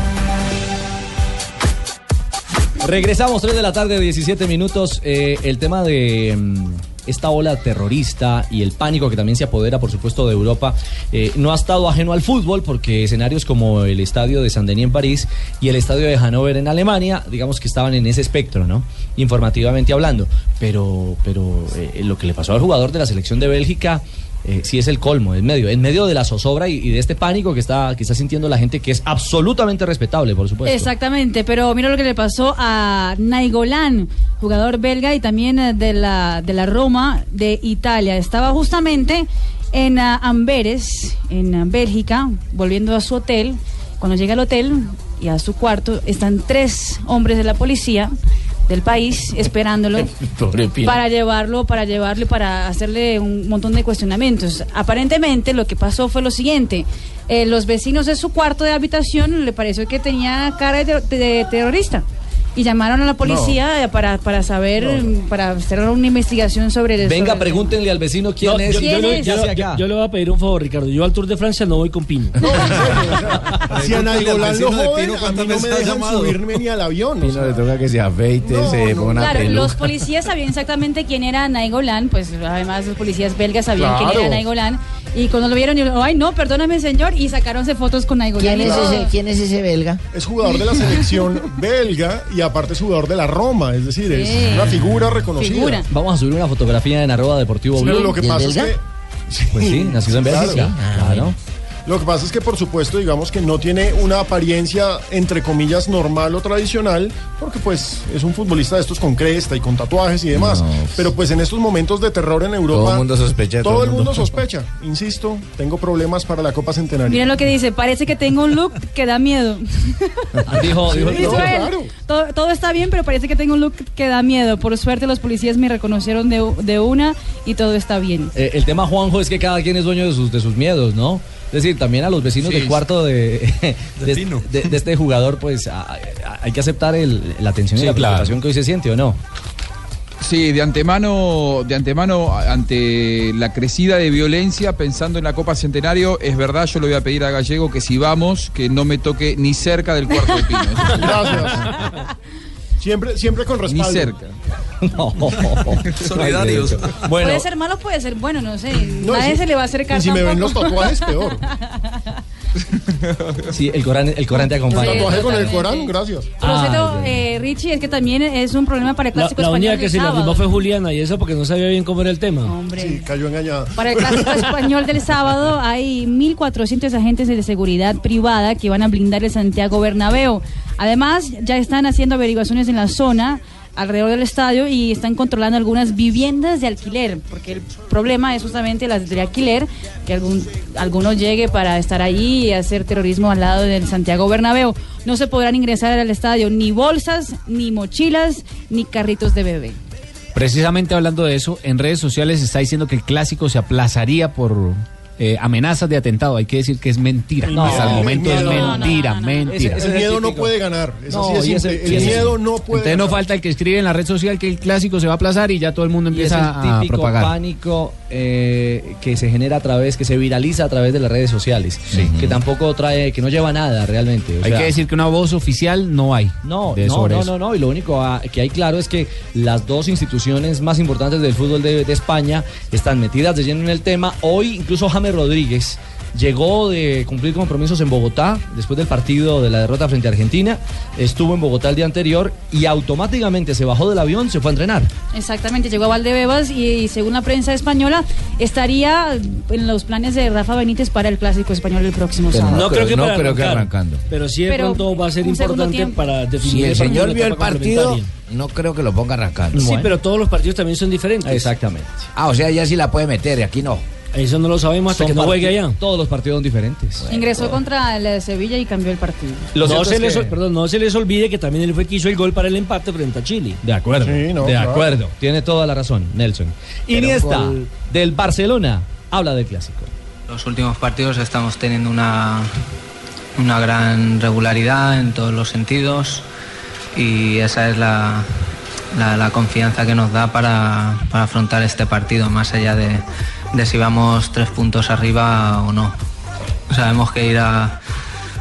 Regresamos 3 de la tarde, 17 minutos. Eh, el tema de mm, esta ola terrorista y el pánico que también se apodera, por supuesto, de Europa, eh, no ha estado ajeno al fútbol porque escenarios como el estadio de Saint Denis en París y el estadio de Hannover en Alemania, digamos que estaban en ese espectro, ¿no? Informativamente hablando. Pero, pero eh, lo que le pasó al jugador de la selección de Bélgica. eh, sí es el colmo, en medio, en medio de la zozobra y, y de este pánico que está, que está sintiendo la gente, que es absolutamente respetable, por supuesto.
Exactamente, pero mira lo que le pasó a Naigolán, jugador belga y también eh, de la, de la Roma de Italia. Estaba justamente en ah, Amberes, en ah, Bélgica, volviendo a su hotel. Cuando llega al hotel y a su cuarto, están tres hombres de la policía del país esperándolo
Pobre Pino.
para llevarlo, para llevarlo y para hacerle un montón de cuestionamientos. Aparentemente lo que pasó fue lo siguiente. eh, los vecinos de su cuarto de habitación le pareció que tenía cara de, de- de terrorista y llamaron a la policía eh, para, para saber, mm, para hacer una investigación sobre el- sobre
Venga,
el-
pregúntenle al vecino quién
No,
es.
yo- yo no-
¿Qué
yo-
hace
Yo,
acá?
yo le voy a pedir un favor, Ricardo. Yo al Tour de Francia no voy con Pino.
Si a Naigolán lo joven, a mí no me dejan subirme ni al avión. o sea.
le toca que se afeite, se ponga una
Claro,
peluca.
los policías sabían exactamente quién era Naigolan, pues además los policías belgas sabían quién
Claro.
era Naigolan y cuando lo vieron, dijeron, ay no, perdóname señor, y sacaronse fotos con Naigolan.
¿Quién es ese- quién es ese belga?
Es jugador de la selección belga y aparte es jugador de la Roma, es decir, es
Sí.
una figura reconocida.
Vamos a subir una fotografía en arroba deportivo
Pero
Blue.
lo que
¿Y el
pasa es
belga?
que
Pues sí, nacido en Bélgica.
Claro.
Claro.
Lo que pasa es que, por supuesto, digamos que no tiene una apariencia, entre comillas, normal o tradicional, porque pues es un futbolista de estos con cresta y con tatuajes y demás. Pero pues en estos momentos de terror en Europa...
Todo el mundo sospecha de
Todo,
todo
el
el
mundo
mundo.
sospecha. Insisto, tengo problemas para la Copa Centenaria.
Miren lo que dice, parece que tengo un look que da miedo.
Dijo, dijo el
Dijo
profesor.
él, todo, todo está bien, pero parece que tengo un look que da miedo. Por suerte los policías me reconocieron de, u- de una y todo está bien.
Eh, el tema, Juanjo, es que cada quien es dueño de sus, de sus miedos, ¿no? Es decir, también a los vecinos
Sí.
del cuarto de, de, de- de este jugador, pues a- a- hay que aceptar el- la tensión y
Sí,
la
claro.
preocupación que hoy se siente, ¿o no?
Sí, de antemano, de antemano, a- ante la crecida de violencia, pensando en la Copa Centenario, es verdad, yo le voy a pedir a Gallego que si vamos, que no me toque ni cerca del cuarto de Pino.
Siempre, siempre con
Ni
respaldo.
cerca.
No.
Solidarios.
puede ser malo, puede ser bueno, no sé.
No,
Nadie
y si-
se le va a acercar
y si me ven
tampoco.
los tatuajes, peor.
Sí, el Corán, el Corán te
El
acompaña. Ah.
tatuaje con el Corán, gracias.
Procedo, eh, Richie, es que también es un problema para Ah, el
Ah, La,
clásico
la
español.
única que
del
se le
sábado.
arrimó fue Juliana y eso porque no sabía bien cómo era el tema.
Sí, cayó engañada.
Para el clásico español del sábado hay 1.400 agentes de seguridad privada que van a blindar el Santiago Bernabéu. Además, ya están haciendo averiguaciones en la zona alrededor del estadio y están controlando algunas viviendas de alquiler, porque el problema es justamente las de alquiler, que algún, alguno llegue para estar allí y hacer terrorismo al lado del Santiago Bernabéu. No se podrán ingresar al estadio ni bolsas, ni mochilas, ni carritos de bebé.
Precisamente hablando de eso, en redes sociales se está diciendo que el clásico se aplazaría por eh, eh, amenazas de atentado. Hay que decir que es mentira.
No,
Hasta el
el
momento
miedo,
es
no, no,
mentira, mentira.
El miedo no puede ganar. Es así de
y
simple.
ese-
el
y ese-
miedo no puede
Entonces no falta el que escribe en la red social que el clásico se va a aplazar y ya todo el mundo
Y es
empieza
el
a
típico
propagar.
pánico eh, que se genera a través, que se viraliza a través de las redes sociales. Que tampoco trae, que no lleva a nada realmente. o
Hay
sea,
que decir que una voz oficial no hay.
No,
de-
no,
sobre
no,
eso.
no, no, y lo único ah, que hay claro es que las dos instituciones más importantes del fútbol de, de España están metidas de lleno en el tema. Hoy incluso James Rodríguez llegó de cumplir compromisos en Bogotá después del partido de la derrota frente a Argentina, estuvo en Bogotá el día anterior y automáticamente se bajó del avión, se fue a entrenar.
Exactamente, llegó a Valdebebas y, y según la prensa española estaría en los planes de Rafa Benítez para el clásico español el próximo
Pero
sábado.
no creo que,
no
para creo que
arrancar.
arrancando.
Pero sí de
Pero
pronto va a ser
un segundo
importante
tiempo.
para definir.
Si el
pronto
señor
la
vio el
etapa
partido,
complementaria.
no creo que lo ponga arrancando.
Sí, pero todos los partidos también son diferentes.
Exactamente.
Ah, o sea, ya sí la puede meter y aquí no.
Eso no lo sabemos
Son parti- Todos los partidos son diferentes.
Ingresó contra el eh, Sevilla y cambió el partido.
Lo
no,
cierto
se
es
les,
que-
perdón, no se les olvide que también él fue que hizo el gol para el empate frente a Chile.
De acuerdo,
Sí, no,
de
claro.
acuerdo. Tiene toda la razón, Nelson. Iniesta,
gol-
del Barcelona, habla del clásico.
Los últimos partidos estamos teniendo una, una gran regularidad en todos los sentidos y esa es la, la- la confianza que nos da para, para afrontar este partido, más allá de, de si vamos tres puntos arriba o no. Sabemos que ir a,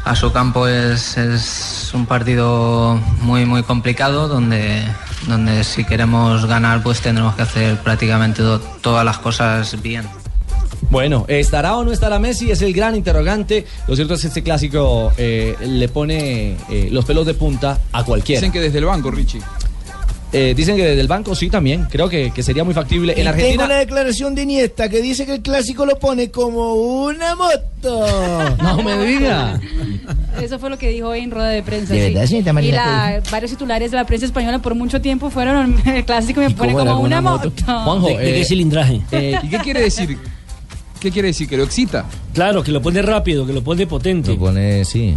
a su campo es, es un partido muy muy complicado donde, donde si queremos ganar pues tendremos que hacer prácticamente to- todas las cosas bien.
Bueno, ¿estará o no estará Messi? Es el gran interrogante. Lo cierto es que este clásico eh, le pone eh, los pelos de punta a cualquiera.
Dicen que desde el banco, Richie.
Eh, dicen que desde el banco sí también. Creo que, que sería muy factible. En
Tengo
Argentina.
una declaración de Iniesta que dice que el clásico lo pone como una moto.
no me diga.
Eso fue lo que dijo hoy en rueda de prensa.
¿De verdad, señorita
y
Marina,
la- varios titulares de la prensa española por mucho tiempo fueron el clásico me pone
cómo era
como
con
una
una
moto.
moto? Juanjo,
¿De, de
eh,
qué cilindraje?
¿Y qué quiere decir? ¿Qué quiere decir? ¿Que lo excita?
Claro, que lo pone rápido, que lo pone potente. Lo
pone, sí.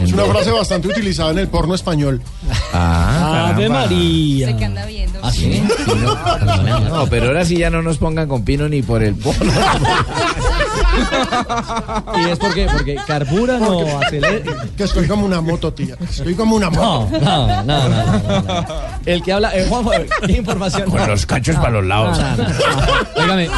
Es una frase bastante utilizada en el porno español.
Ah,
Ave María.
Sé que anda viendo.
Ah, ¿Sí? Sí, no, no, pero ahora sí ya no nos pongan con pino ni por el polo.
Y es porque, porque carbura no acelera.
Que estoy como una moto, tía. Estoy como una moto.
No, no, no, no, no, no, no. El que habla. eh, Juanjo, ¿qué información?
Con los cachos
No,
para los lados.
no, no, no. Óigame,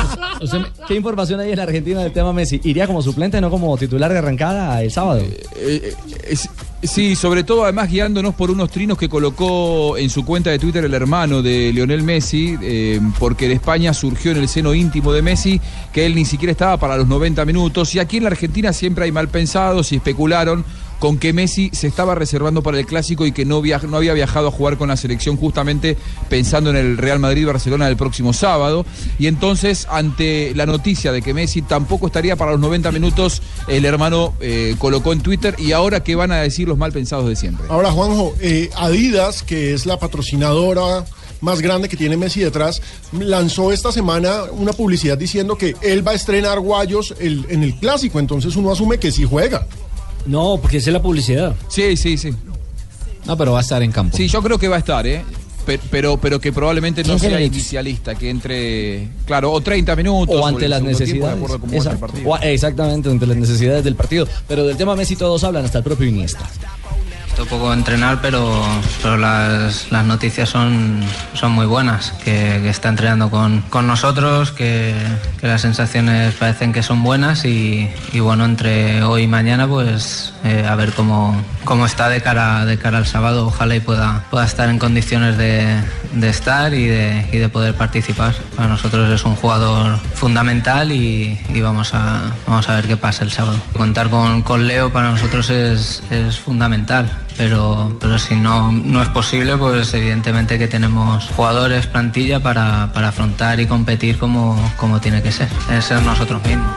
usted me- ¿qué información hay en la Argentina del tema Messi? ¿Iría como suplente, no como titular de arrancada el sábado?
Eh, eh, es- sí, sobre todo además guiándonos por unos trinos que colocó en su cuenta de Twitter el hermano de Lionel Messi, eh, porque de España surgió en el seno íntimo de Messi que él ni siquiera estaba para los 90 minutos. Y aquí en la Argentina siempre hay mal pensados y especularon con que Messi se estaba reservando para el clásico y que no, viaj- no había viajado a jugar con la selección justamente pensando en el Real Madrid-Barcelona del próximo sábado. Y entonces, ante la noticia de que Messi tampoco estaría para los 90 minutos, el hermano eh, colocó en Twitter y ahora qué van a decir los mal pensados de siempre.
Ahora, Juanjo, eh, Adidas, que es la patrocinadora más grande que tiene Messi detrás, lanzó esta semana una publicidad diciendo que él va a estrenar guayos el- en el clásico, entonces uno asume que sí juega.
No, porque esa es la publicidad.
Sí, sí, sí.
No, pero va a estar en campo.
Sí, yo creo que va a estar, ¿eh? Pe- Pero, pero que probablemente no
15
sea
minutos.
inicialista, que entre, claro, o 30 minutos.
O
el
ante las
segundo tiempo, de
necesidades.
acuerdo a cómo vaya el
Exacto.
partido.
O- exactamente, ante las necesidades del partido. Pero del tema Messi todos hablan, hasta el propio Iniesta.
Costó poco entrenar, pero, pero las, las noticias son, son muy buenas, que, que está entrenando con, con nosotros, que, que las sensaciones parecen que son buenas y, y bueno, entre hoy y mañana pues eh, a ver cómo, cómo está de cara, de cara al sábado, ojalá y pueda, pueda estar en condiciones de, de estar y de, y de poder participar. Para nosotros es un jugador fundamental y, y vamos, a, vamos a ver qué pasa el sábado. Contar con, con Leo para nosotros es, es fundamental, pero, pero si no, no es posible, pues evidentemente que tenemos jugadores, plantilla para, para afrontar y competir como, como tiene que ser, es ser nosotros mismos.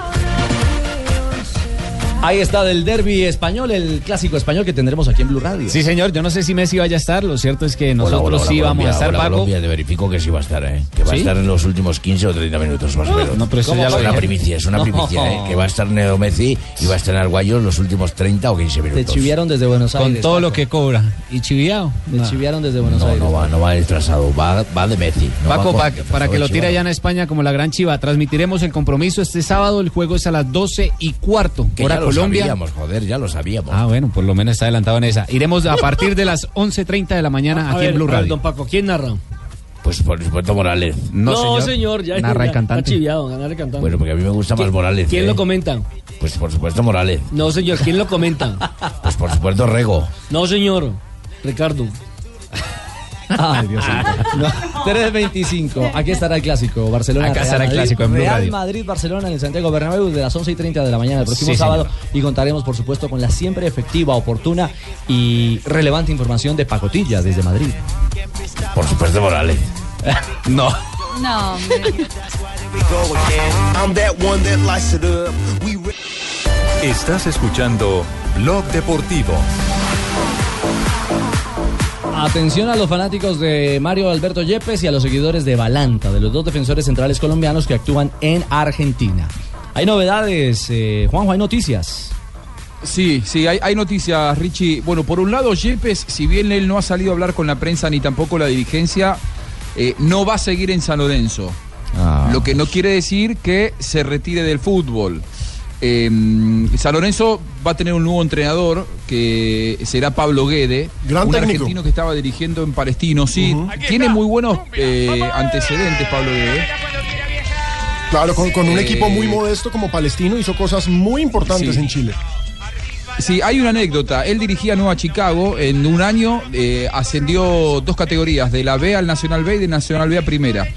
Ahí está del derby español, el clásico español que tendremos aquí en Blue Radio.
Sí, señor, yo no sé si Messi vaya a estar, lo cierto es que
Hola,
nosotros
hola, hola,
sí vamos
Colombia,
a estar,
hola,
Paco.
Colombia, te verifico que sí va a estar, ¿eh? Que va a
¿Sí? Ah.
estar en los últimos 15 o 30 minutos más o menos.
No, pero eso
es
ya lo
una
dije.
primicia, es una
No.
primicia, ¿eh? Que va a estar Neo Messi y va a estar Arguayo en los últimos 30 o 15 minutos.
desde Buenos
Con todo
lo que cobra. ¿Y chiviado?
Te chiviaron desde Buenos
No,
Aires.
no va, no va disfrazado, va, va de Messi. no va
Paco,
con-
pa-
por
para
favor,
que lo tire
Chiva.
allá en España como la gran chiva, transmitiremos el compromiso este sábado. El juego es a las 12 y cuarto,
Que
hora
ya
Colombia.
lo sabíamos, joder, ya lo sabíamos.
Ah, bueno, por lo menos está adelantado en esa. Iremos a partir de las 11.30 de la mañana
A
aquí
ver,
en Blue
a ver,
Radio.
Don Paco, ¿quién narra?
Pues por supuesto Morales.
señor, ya
Narra y
ya,
cantante.
está chiviado, ganar el cantante.
Bueno, porque a mí me gusta más Morales.
¿Quién
¿eh?
lo comenta?
Pues por supuesto Morales.
No, señor, ¿quién lo comenta?
Pues por supuesto Rego.
No, señor, Ricardo.
Ay, Dios mío. 3.25. Aquí estará el clásico. Barcelona.
Acá
Real
estará el
Madrid.
clásico en Blue
Real
Radio.
Madrid, Barcelona en el Santiago Bernabéu de las 11 y 30 de la mañana el próximo
Sí,
sábado. Y contaremos, por supuesto, con la siempre efectiva, oportuna y relevante información de Pacotilla desde Madrid.
Por supuesto Morales.
no.
No, hombre.
Estás escuchando Blog Deportivo.
Atención a los fanáticos de Mario Alberto Yepes y a los seguidores de Balanta, de los dos defensores centrales colombianos que actúan en Argentina. Hay novedades, eh, Juanjo, hay noticias.
Sí, sí, hay, hay noticias, Richie. Bueno, por un lado, Yepes, si bien él no ha salido a hablar con la prensa ni tampoco la dirigencia, eh, no va a seguir en San Lorenzo.
Ah.
Ah.
Lo que no quiere decir que se retire del fútbol. Eh, San Lorenzo va a tener un nuevo entrenador que será Pablo Guede,
Gran
un
técnico.
argentino que estaba dirigiendo en Palestino. Sí, tiene muy buenos eh, antecedentes Pablo Guede.
Claro, con, con un
Eh,
equipo muy modesto como Palestino hizo cosas muy importantes
Sí.
en Chile.
Sí, hay una anécdota. Él dirigía Nueva Chicago. En un año eh, ascendió dos categorías, de la B al Nacional B y de Nacional B a Primera.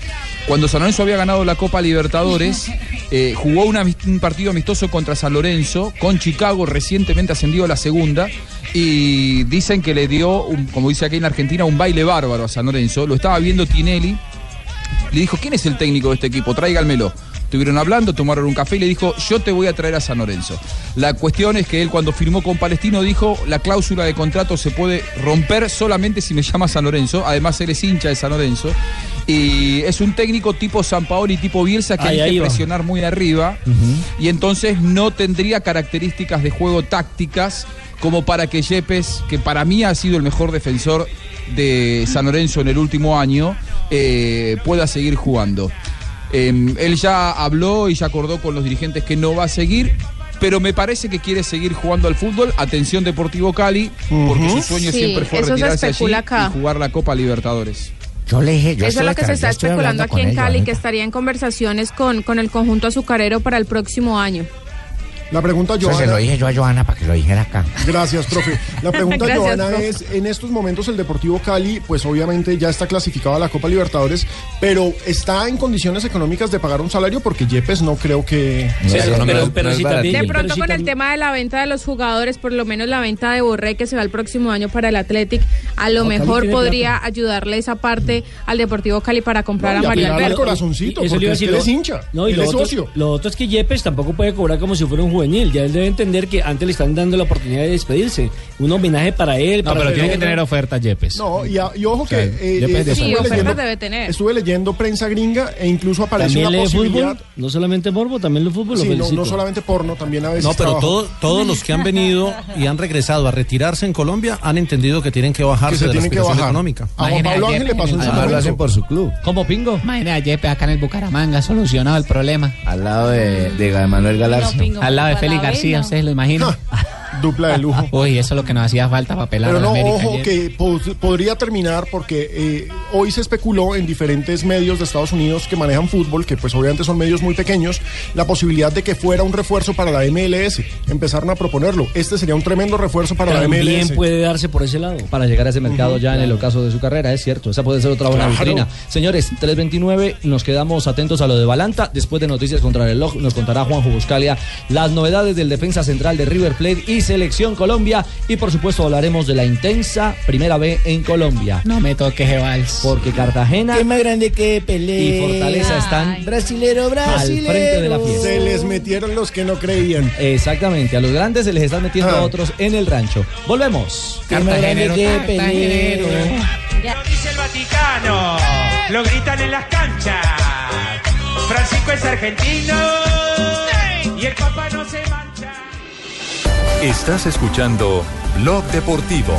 Cuando San Lorenzo había ganado la Copa Libertadores, eh, jugó una amist- un partido amistoso contra San Lorenzo, con Chicago recientemente ascendido a la segunda, y dicen que le dio, un- como dice aquí en la Argentina, un baile bárbaro a San Lorenzo. Lo estaba viendo Tinelli, le dijo, ¿quién es el técnico de este equipo? Tráiganmelo. Estuvieron hablando, tomaron un café y le dijo, yo te voy a traer a San Lorenzo. La cuestión es que él cuando firmó con Palestino dijo, la cláusula de contrato se puede romper solamente si me llama San Lorenzo. Además, él es hincha de San Lorenzo. Y es un técnico tipo San Paolo y tipo Bielsa que
Ahí,
hay
ahí
que
va.
presionar muy arriba y entonces no tendría características de juego tácticas como para que Yepes, que para mí ha sido el mejor defensor de San Lorenzo en el último año, eh, pueda seguir jugando. Eh, él ya habló y ya acordó con los dirigentes que no va a seguir, pero me parece que quiere seguir jugando al fútbol. Atención Deportivo Cali, porque su sueño
Sí,
siempre fue
eso se
retirarse allí
especula acá.
y jugar la Copa Libertadores.
Yo le dije, yo
Eso
estoy
es lo que se
acá,
está
yo estoy
especulando
hablando
aquí
con
en
ellos,
Cali,
¿eh?
que estaría en conversaciones con, con el conjunto azucarero para el próximo año.
La pregunta,
Eso se
Joana.
lo dije yo a Joana para que lo dijera acá.
Gracias, profe. La pregunta,
Gracias,
Joana,
profe.
es, en estos momentos el Deportivo Cali, pues obviamente ya está clasificado a la Copa Libertadores, pero ¿está en condiciones económicas de pagar un salario? Porque Yepes no creo que...
Sí, Pero- no, no, pero- no pero es si barato.
De
también-
pronto
sí
con el
también-
tema de la venta de los jugadores, por lo menos la venta de Borré que se va el próximo año para el Athletic, a lo
No, Cali
mejor
tiene
podría ayudarle esa parte al Deportivo Cali para comprar a Mario
al
Alberto.
corazoncito,
Y
porque es que él es hincha,
No, y
él
lo
es
otro-
socio.
Lo otro es que Yepes tampoco puede cobrar como si fuera un juvenil. Ya él debe entender que antes le están dando la oportunidad de despedirse. Un homenaje para él.
No,
para
pero
su
tiene que
hermano.
tener oferta, Yepes.
No, y, a- y ojo que...
sea,
eh,
Yepes de
estuve
Sí,
ofertas
leyendo-
debe tener.
Estuve leyendo prensa gringa e incluso apareció
También
una
lee
posibilidad...
fútbol, no solamente morbo, también lee fútbol. lo
Sí, no- no,
felicito.
solamente porno, también a veces
No, pero
trabajo.
todo- todos los que han venido y han regresado a retirarse en Colombia han entendido que tienen que bajarse
Que se
de la
tienen que
aspiración
bajar.
económica.
A Juan Pablo Ángel le pasó en San
Además, lo
Lorenzo.
hacen
por su club.
¿Cómo pingo?
Imagina a Yepes acá en el Bucaramanga, solucionado el problema.
Al lado de, de Manuel Galarza.
Al lado de Félix García, ustedes lo imaginan.
Dupla de lujo.
Uy, eso es lo que nos hacía falta para pelar
Pero
a la
no,
América.
ojo,
ayer.
que pod- podría terminar porque eh, hoy se especuló en diferentes medios de Estados Unidos que manejan fútbol, que pues obviamente son medios muy pequeños, la posibilidad de que fuera un refuerzo para la MLS. Empezaron a proponerlo. Este sería un tremendo refuerzo para la
También
MLS.
puede darse por ese lado.
Para llegar a ese mercado
Ujú,
ya en el
claro.
ocaso de su carrera, es cierto. Esa puede ser otra buena
Claro.
vitrina. Señores, 3.29, nos quedamos atentos a lo de Balanta. Después de Noticias contra el reloj, nos contará Juan Buscalia las novedades del defensa central de River Plate y Selección Colombia y por supuesto hablaremos de la intensa primera B en Colombia. No me toques, Evals. Porque Cartagena
Es más grande que Pelé.
y Fortaleza están
Brasilero,
al
brasilero.
frente de la fiesta.
Se les metieron los que no creían. Ah.
Exactamente, a los grandes se les están metiendo a otros en el rancho. Volvemos.
Cartagenero.
Cartagenero. Lo dice el Vaticano, lo gritan en las canchas. Francisco es argentino y el Papa no se mancha.
Estás escuchando Blog Deportivo.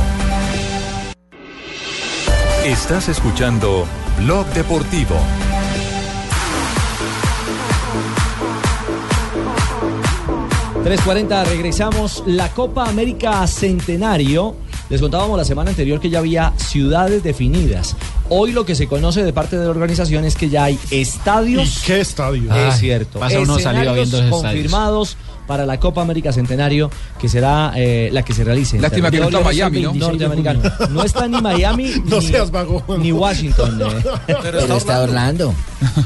Estás escuchando Blog Deportivo.
Cartagenero. 3.40, regresamos. La Copa América Centenario. Les contábamos la semana anterior que ya había ciudades definidas. Hoy lo que se conoce de parte de la organización es que ya hay estadios. Ah,
¿Qué estadio?
es cierto.
pasa uno salido
Escenarios
viendo esos estadios.
confirmados para la Copa América Centenario, que será eh, la que se realice.
Lástima que no está Miami, ¿no?
Norteamericano. No está ni Miami ni, ni Washington. eh.
Pero está está
Orlando.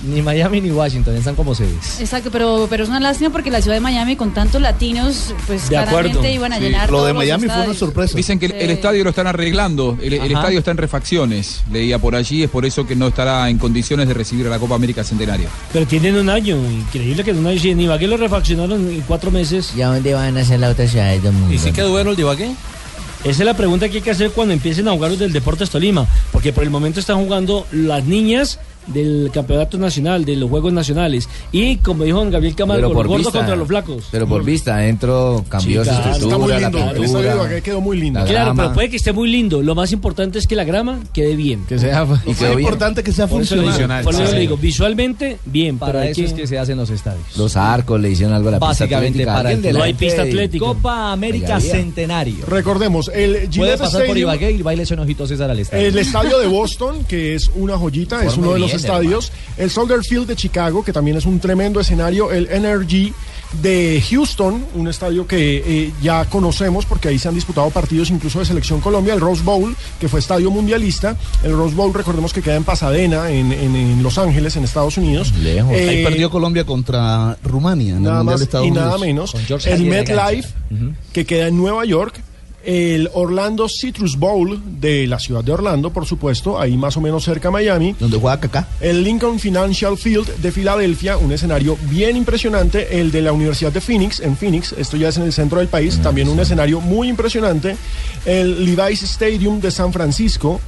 Ni Miami ni Washington, están como sedes.
Exacto, pero, pero es una lástima porque la ciudad de Miami con tantos latinos, pues
De acuerdo.
claramente iban a
Sí,
llenar.
lo de
todos los
Miami fue una
estadios.
Dicen que el, el
Sí.
estadio lo están arreglando, el, el
Ajá.
estadio está en refacciones, leía por allí, es por eso que no estará en condiciones de recibir a la Copa América Centenario.
Pero tienen un año, increíble que en un año, si en Ibagué lo refaccionaron en cuatro meses.
¿Y a dónde van a hacer la otra ciudad del mundo?
¿Y si
quedó bueno el de Ibagué?
Esa es la pregunta que hay que hacer cuando empiecen a jugar los del Deportes Tolima, porque por el momento están jugando las niñas del campeonato nacional, de los Juegos Nacionales, y como dijo don Gabriel Camargo, los gordos contra los flacos.
Pero por vista, adentro cambió
Sí,
su
claro. Está muy
estructura, la
lindo, el estadio de
pintura.
Ibagué quedó muy lindo.
La
Claro,
grama.
pero puede que esté muy lindo. Lo más importante es que la grama quede bien. Que
sea
Y quedó bien.
que sea
funcional.
Por eso
Sí.
le digo, visualmente, bien. pero
Para
hay
eso es que se hacen los estadios.
Los arcos le hicieron algo a la pista
Básicamente
atlética.
para
Alguien de la gente de-
Copa América
Oiga,
Centenario.
Recordemos, el
Puede
Gillette
pasar por
Stadium-
Ibagué y baile son ojitos César al estadio.
El estadio de Boston, que es una joyita, es
Forma
uno de
bien,
los estadios. El Soldier Field de Chicago, que también es un tremendo escenario. El NRG de Houston, un estadio que eh, ya conocemos porque ahí se han disputado partidos incluso de Selección Colombia. El Rose Bowl, que fue estadio mundialista. El Rose Bowl, recordemos que queda en Pasadena, en, en- en Los Ángeles, en Estados Unidos. Eh,
Ahí perdió Colombia contra Rumania en el
Nada
Mundial
más
de Estados
y
Unidos.
nada menos. El MetLife, que queda en Nueva York. El Orlando Citrus Bowl de la ciudad de Orlando, por supuesto, ahí más o menos cerca a Miami.
Donde juega Kaká.
El Lincoln Financial Field de Filadelfia, un escenario bien impresionante. El de la Universidad de Phoenix, en Phoenix, esto ya es en el centro del país, también un escenario muy impresionante. El Levi's Stadium de San Francisco,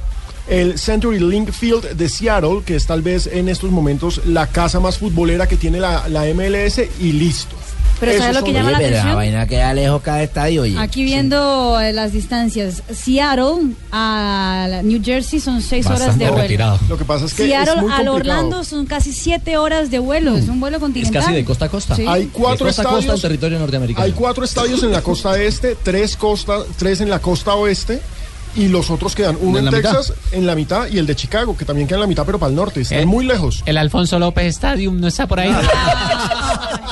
el Century Link Field de Seattle, que es tal vez en estos momentos la casa más futbolera que tiene la, la MLS, y listo.
Pero
Esos
¿sabe lo
son
que
los-
llama la
Oye, pero
atención?
la vaina queda lejos cada estadio. oye.
Aquí viendo eh, las distancias, Seattle a la- New Jersey son seis horas de vuelo.
Lo que pasa es que
Seattle
es muy
al
complicado.
Orlando son casi siete horas de vuelo, es un vuelo
Es
continental.
casi de costa a costa.
Sí.
Hay cuatro
de costa a costa en
estadios.
territorio norteamericano.
Hay cuatro estadios en la costa este, tres, costa, tres en la costa oeste. Y los otros quedan uno
¿En
en,
la mitad?
Texas, en la mitad, y el de Chicago, que también queda en la mitad, pero para el norte. Están
Eh,
muy lejos.
El Alfonso López Stadium no está por ahí.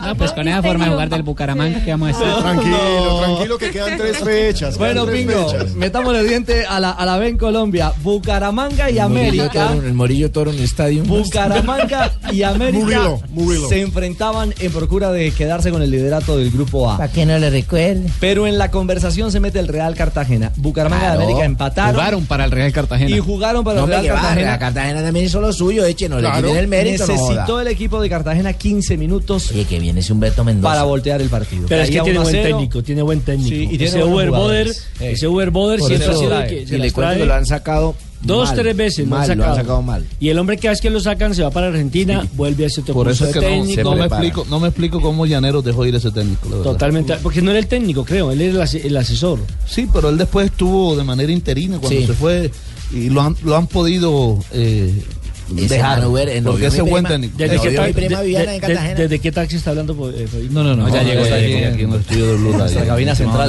No, pues con esa forma de jugar del Bucaramanga que vamos a estar.
Tranquilo, tranquilo, que quedan tres fechas. quedan
Bueno,
tres
Pingo,
fechas.
metámosle diente a la, a la B en Colombia. Bucaramanga y América.
El Morillo Toro en el estadio.
Bucaramanga y América
Murilo, Murilo.
se enfrentaban en procura de quedarse con el liderato del grupo A.
Para que no le recuerde.
Pero en la conversación se mete el Real Cartagena. Bucaramanga
Claro.
y América empataron.
Jugaron
para el Real Cartagena. Y jugaron para
No
el
me
Real
lleva,
Cartagena.
la Cartagena también hizo lo suyo, eche, no
Claro,
le quiten el mérito. no
necesitó
joda.
el equipo de Cartagena 15 minutos.
Oye, que viene ese Humberto Mendoza.
Para voltear el partido.
Pero es que
Caía
tiene
1 a
buen
0.
técnico, tiene buen técnico.
Sí, y tiene
ese
buenos
Overboder,
jugadores. Eh.
ese Overboder
Por
siempre ha
eso,
sido el
eh,
que
y
se
le
las
cuento
trae
que lo han
sacado
dos,
mal,
tres veces, lo han
mal, lo han
sacado.
sacado mal.
Y el hombre cada vez que lo sacan se va para Argentina, vuelve a ese otro
Por eso es
curso
que
de
no,
técnico.
no me explico, no me explico cómo Llaneros dejó ir ese técnico. la verdad.
Totalmente, porque no era el técnico, creo, él era el, ase- el asesor.
Sí, pero él después estuvo de manera interina cuando
Sí.
se fue y lo han, lo han podido eh, dejar. porque ese es buen técnico.
Desde
Eh,
que
obvio-
ta-
de-
de-
de-
de- ¿Desde qué taxi está hablando? pues, eh, No,
no, ya llegó,
está
ya
aquí,
llegó.
aquí en el estudio de Blue Radio.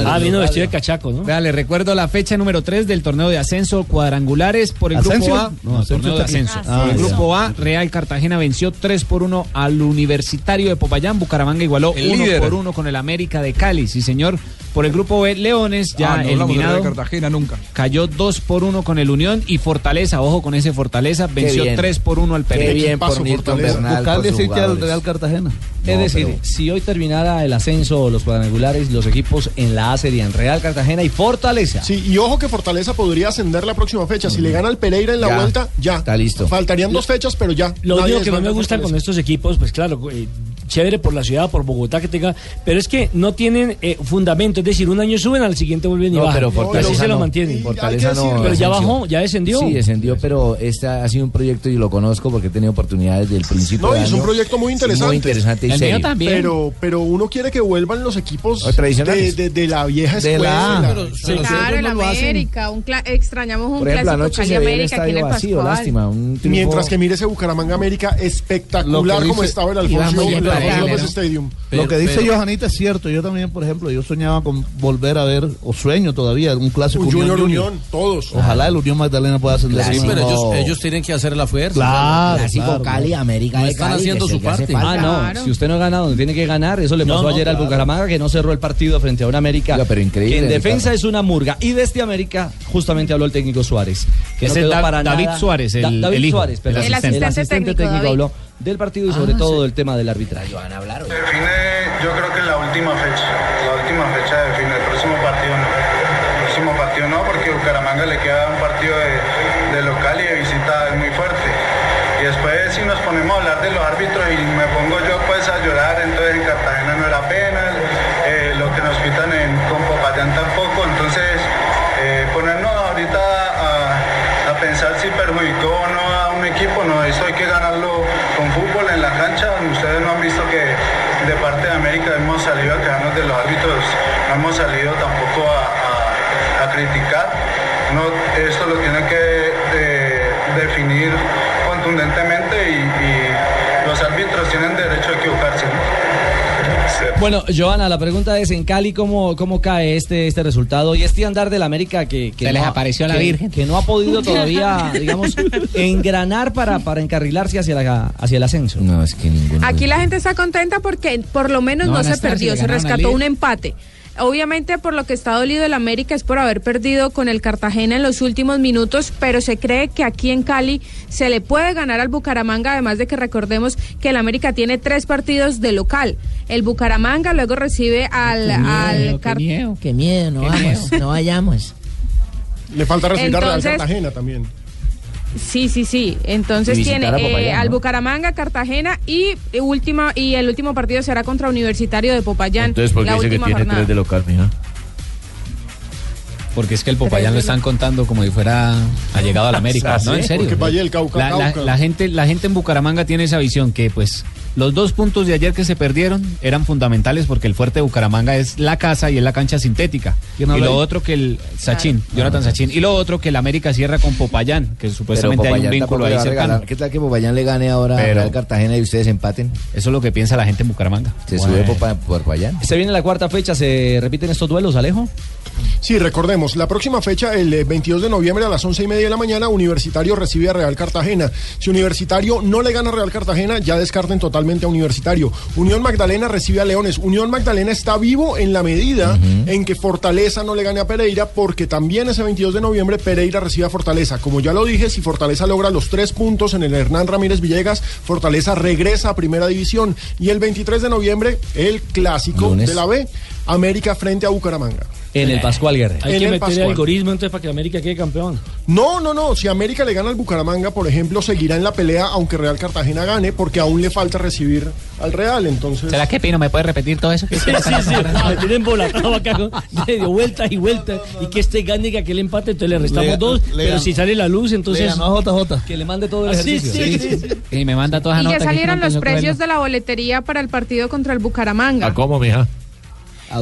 Ah, vino vestido de cachaco, ¿no?
Vea, le recuerdo la fecha número 3 del torneo de ascenso cuadrangulares por el
¿Ascenso?
grupo A.
No,
No,
ascenso
torneo de
está aquí.
ascenso.
Ah,
Por el
ya.
grupo A, Real Cartagena venció 3 por 1 al Universitario de Popayán. Bucaramanga igualó
El
1
líder.
por 1 con el América de Cali. Sí, señor. Por el grupo B, Leones ya
Ah, no hablamos del
eliminado.
Real Cartagena nunca.
Cayó 2 por 1 con el Unión y Fortaleza, ojo con ese Fortaleza, venció
bien.
3
3 por 1 al Pereira.
Qué bien por Equipazo Nilton Fortaleza. Bernal, por sus jugadores.
Cartagena.
es decir, si hoy terminara el ascenso o los cuadrangulares, los equipos en la A serían Real Cartagena y Fortaleza.
Sí, y ojo que Fortaleza podría ascender la próxima fecha. Si le gana al Pereira en la
Ya,
vuelta, ya.
está listo.
Faltarían dos fechas, pero ya.
Lo
Nadie
único
les
que más
manda
me gusta
Fortaleza.
con estos equipos, pues claro, eh, chévere por la ciudad, por Bogotá que tenga, pero es que no tienen eh, fundamento, es decir, un año suben, al siguiente vuelven y
No,
bajan.
pero
Y así
Fortaleza
se lo
no.
mantienen.
Fortaleza no.
Pero ya
Asensio.
bajó, ya descendió.
Sí, descendió, pero este ha sido un proyecto y lo conozco porque he tenido oportunidades del principio.
No,
de
y es
este año.
un proyecto muy interesante.
Muy interesante y serio.
Pero, pero uno quiere que vuelvan los equipos
Los tradicionales.
De, de- de la vieja
De la
escuela.
A.
Claro, el
no lo hacen.
América, un cla- extrañamos un
Por ejemplo,
clásico
anoche
Cali
se veía el
América aquí en
estadio
el
vacío,
Pascual.
lástima. Un triunfo-
Mientras que mire ese Bucaramanga América
Lo
espectacular
que
como
dice-
estaba el
Iván
Alfonso,
Muñoz
el
Pereira,
Alfonso López
¿no?
Stadium.
Lo que dice
Johan
Johanita es cierto. Yo también, por ejemplo, yo soñaba con volver a ver, o sueño todavía, un clásico.
Un Junior
Unión.
Unión, todos.
Ojalá el Unión Magdalena pueda hacer
Sí, pero ellos, ellos tienen que hacer la fuerza.
Claro,
Clásico Cali, América No de están Cali, haciendo que su se- que hace parte.
Ah,
falta.
no.
Claro.
Si usted no gana donde tiene que ganar, eso le
No, no,
pasó ayer al
claro.
Bucaramanga que no cerró el partido frente a un América.
Oiga, pero increíble,
que en
Ricardo.
defensa es una murga. Y de este América, justamente habló el técnico Suárez. Que
Ese
no quedó
es Da-
para
David
nada-
Suárez, el-
David
el hijo,
Suárez,
el
perdón.
asistente.
El asistente
técnico,
técnico
David.
habló del partido y sobre todo del tema del arbitraje.
Se define, yo creo que la última fecha, la última fecha define, el próximo partido no. El próximo partido no, porque Bucaramanga le queda un partido de, de local y de visita es muy fuerte. Y después si nos ponemos a hablar de los árbitros y me pongo yo pues a llorar, entonces en Cartagena no era penal, eh, lo que nos pitan en con Popayán tampoco, entonces eh, ponernos ahorita a, a pensar si perjudicó o no a un equipo, no, eso hay que ganarlo con fútbol en la cancha, ustedes no han visto que de parte de América hemos salido a quejarnos de los árbitros, no hemos salido tampoco a, a- a criticar, no, esto lo tiene que eh, definir contundentemente y, y los árbitros tienen derecho a equivocarse. ¿no? Se-
Bueno, Joana, la pregunta es, en Cali, ¿cómo, cómo cae este, este resultado? Y este andar del América que, que
Se
no
les
ha-
apareció la
que-
Virgen.
Que no ha podido todavía, digamos, engranar para, para encarrilarse hacia, la, hacia el ascenso.
No, es que ninguno.
Aquí la gente está contenta porque por lo menos
No
no,
van a
se
estar si
perdió,
le
se
ganaron al
rescató
líder.
un empate. Obviamente por lo que está dolido el América es por haber perdido con el Cartagena en los últimos minutos, pero se cree que aquí en Cali se le puede ganar al Bucaramanga, además de que recordemos que el América tiene tres partidos de local. El Bucaramanga luego recibe al, al Car-
Qué miedo, no vamos, no vayamos.
Le falta recibir a Real
Entonces-
Cartagena también.
Sí, sí, sí. Entonces
Y visitar
tiene
a
eh,
Popayán, ¿no?
al Bucaramanga, Cartagena y eh, última y el último partido será contra Universitario de Popayán.
Entonces, ¿por qué
la
dice que
última
tiene
jornada.
tres de local, mija?
Porque es que el Popayán lo están contando como si fuera allegado a la América.
Ah, ¿Sí?
No, en serio.
Porque Valle del Cauca,
la, la-
Cauca.
la gente, la gente en Bucaramanga tiene esa visión que pues los dos puntos de ayer que se perdieron eran fundamentales porque el fuerte de Bucaramanga es la casa y es la cancha sintética. Y
¿Quién habla
lo
ahí?
otro que el Sachin, Jonathan Sachin. Y lo otro que el América cierra con Popayán, que supuestamente hay un vínculo ahí cercano.
¿Qué tal que Popayán le gane ahora
Pero-
a Real Cartagena y ustedes empaten?
Eso es lo que piensa la gente en Bucaramanga.
Se
Bueno.
sube Popa- Popayán.
Se viene la cuarta fecha, ¿se repiten estos duelos, Alejo?
Sí, recordemos, la próxima fecha, el eh, 22 de noviembre a las 11 y media de la mañana, Universitario recibe a Real Cartagena. Si Universitario no le gana a Real Cartagena, ya descarten totalmente a Universitario. Unión Magdalena recibe a Leones. Unión Magdalena está vivo en la medida en que Fortaleza no le gane a Pereira, porque también ese 22 de noviembre Pereira recibe a Fortaleza. Como ya lo dije, si Fortaleza logra los tres puntos en el Hernán Ramírez Villegas, Fortaleza regresa a Primera División. Y el 23 de noviembre, el clásico
Lunes.
de la B, América frente a Bucaramanga.
En el Pascual Guerrero.
En
Hay que
el
meter el
Pascual.
algoritmo entonces para que América quede campeón.
No, no, no. Si América le gana al Bucaramanga, por ejemplo, seguirá en la pelea aunque Real Cartagena gane, porque aún le falta recibir al Real. Entonces.
¿Será que Pino me puede repetir todo eso?
Sí, sí, sí. Me tienen volacado acá con- le dio vueltas y vueltas. Y que este gane que aquel empate, entonces le restamos
Le-
dos.
le
pero
ganó.
si sale la luz, entonces.
Le ganó
JJ. Que le mande todo el
Ah, sí,
ejercicio.
sí, Eh, sí,
Y me manda todas
Y
las
ya
notas. que
salieron
Jonathan
los
Ah, no puede
precios de la boletería para el partido contra el Bucaramanga.
cómo, mija?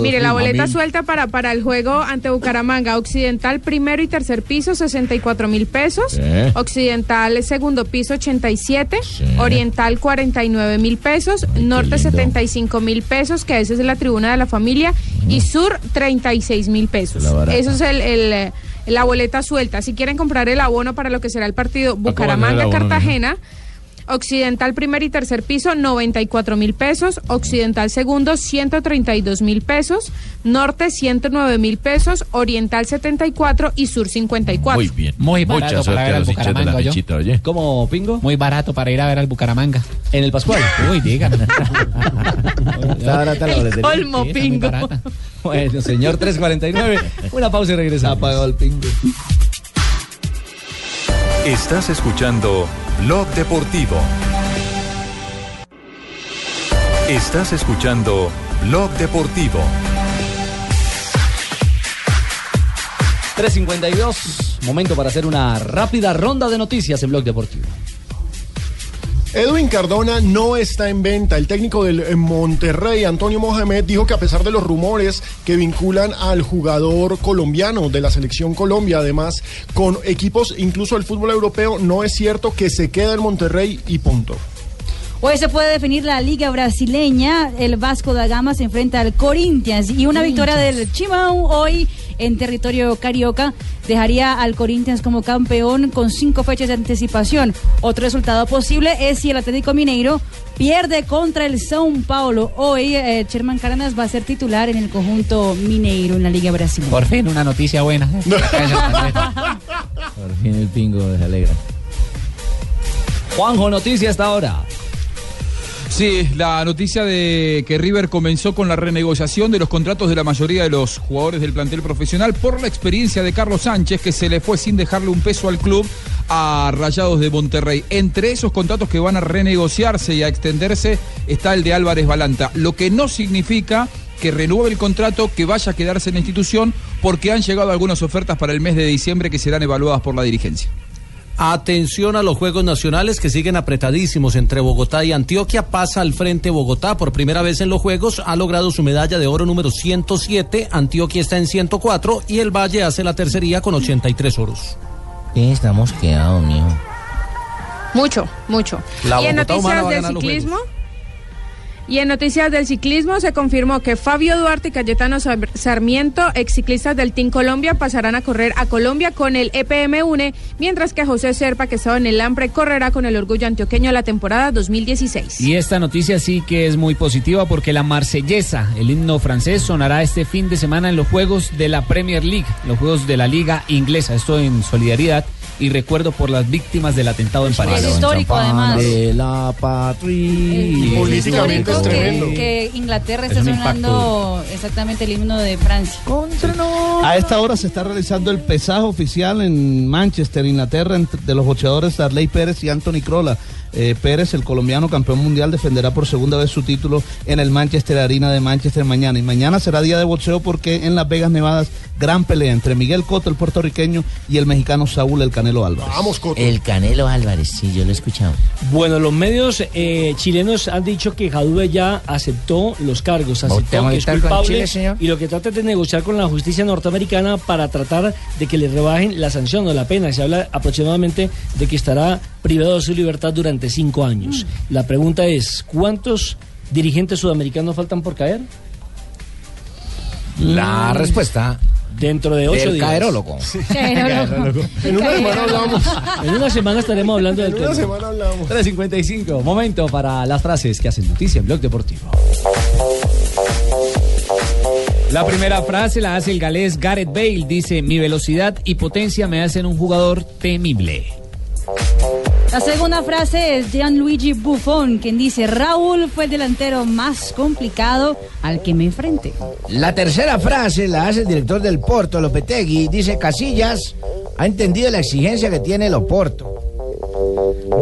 Mire, la boleta
suelta.
suelta para, para el juego ante Bucaramanga, Occidental primero y tercer piso, 64 mil pesos,
Sí.
Occidental segundo piso, 87, Oriental 49 mil pesos, Norte 75 mil pesos, que esa es la tribuna de la familia, y Sur 36 mil pesos.
La barata.
Eso es el, el, eh, la boleta suelta. Si quieren comprar el abono para lo que será el partido
va a andar el abono,
Bucaramanga-Cartagena, Occidental primer y tercer piso 94 mil pesos, Occidental segundo 132 mil pesos, Norte 109 mil pesos, Oriental 74 y Sur 54.
Muy bien.
Muy
Mucha
barato
suerte
para ver
a
al
los hinchas de la
Bucaramanga, ¿oyó?
Mechita, oye.
¿Cómo, Pingo?
Muy barato para ir a ver al Bucaramanga.
¿En el Pascual?
Uy, dígame.
Está barata la boletería.
colmo,
Sí, está muy
Pingo.
barata. Bueno, señor 349. Una pausa y regresamos. Apagó el Pingo.
Estás escuchando Blog Deportivo. Estás escuchando Blog Deportivo.
352. Momento para hacer una rápida ronda de noticias en Blog Deportivo.
Edwin Cardona no está en venta. El técnico del eh, Monterrey, Antonio Mohamed, dijo que a pesar de los rumores que vinculan al jugador colombiano de la selección Colombia, además con equipos incluso del fútbol europeo, no es cierto que se queda en Monterrey y punto.
Hoy Pues se puede definir la Liga Brasileña. El Vasco da Gama se enfrenta al Corinthians y una victoria del Chimão hoy en territorio carioca dejaría al Corinthians como campeón con cinco fechas de anticipación. Otro resultado posible es si el Atlético Mineiro pierde contra el São Paulo. Hoy eh, Sherman Cárdenas va a ser titular en el conjunto mineiro en la Liga Brasileña.
Por fin, una noticia buena.
Por fin el pingo se alegra.
Juanjo, noticias hasta ahora.
Sí, la noticia de que River comenzó con la renegociación de los contratos de la mayoría de los jugadores del plantel profesional por la experiencia de Carlos Sánchez, que se le fue sin dejarle un peso al club a Rayados de Monterrey. Entre esos contratos que van a renegociarse y a extenderse está el de Álvarez Balanta, lo que no significa que renueve el contrato, que vaya a quedarse en la institución, porque han llegado algunas ofertas para el mes de diciembre que serán evaluadas por la dirigencia.
Atención a los Juegos Nacionales que siguen apretadísimos entre Bogotá y Antioquia. Pasa al frente Bogotá por primera vez en los Juegos. Ha logrado su medalla de oro número 107. Antioquia está en 104 y el Valle hace la tercería con 83 oros.
¿Qué estamos quedados, mijo?
Mucho, mucho.
La
y en
Bogotá humana
noticias
va a
del
ganar los
ciclismo. Y en noticias del ciclismo se confirmó que Fabio Duarte y Cayetano Sar- Sarmiento, ex ciclistas del Team Colombia, pasarán a correr a Colombia con el EPM UNE, mientras que José Serpa, que estaba en el Lampre, correrá con el Orgullo Antioqueño la temporada 2016.
Y esta noticia sí que es muy positiva porque la marsellesa, el himno francés, sonará este fin de semana en los Juegos de la Premier League, los Juegos de la Liga Inglesa. Esto en solidaridad y recuerdo por las víctimas del atentado en París.
Es histórico, además.
De la patria.
Histórico Que, que Inglaterra
Es
está
un
sonando exactamente el himno de Francia. Contra
A esta hora se está realizando el pesaje oficial en Manchester, Inglaterra, entre- de los boxeadores Darley Pérez y Anthony Crolla. Eh, Pérez, el colombiano campeón mundial, defenderá por segunda vez su título en el Manchester Arena de Manchester mañana. Y mañana será día de boxeo porque en Las Vegas, Nevadas, gran pelea entre Miguel Cotto, el puertorriqueño, y el mexicano Saúl El Canelo Álvarez.
El Canelo Álvarez, sí, yo lo he escuchado.
Bueno, los medios eh, chilenos han dicho que Jadue ya aceptó los cargos, aceptó
¿Usted
que es
está con
culpable
Chile, señor?
y lo que trata es de negociar con la justicia norteamericana para tratar de que le rebajen la sanción o la pena. Se habla aproximadamente de que estará privado de su libertad durante cinco años.
Mm.
La pregunta es, ¿cuántos dirigentes sudamericanos faltan por caer?
La
Mm.
respuesta.
Dentro de
del
ocho días.
caerólogo.
Caerólogo. En una semana hablamos.
En una semana estaremos hablando del
En una
tema.
semana hablamos.
355. Momento para las frases que hacen noticia en Blog Deportivo.
La primera frase la hace el galés Gareth Bale. Dice, mi velocidad y potencia me hacen un jugador temible.
La segunda frase es Gianluigi Buffon, quien dice, Raúl fue el delantero más complicado al que me enfrenté.
La tercera frase la hace el director del Porto, Lopetegui. Dice Casillas ha entendido la exigencia que tiene el Oporto.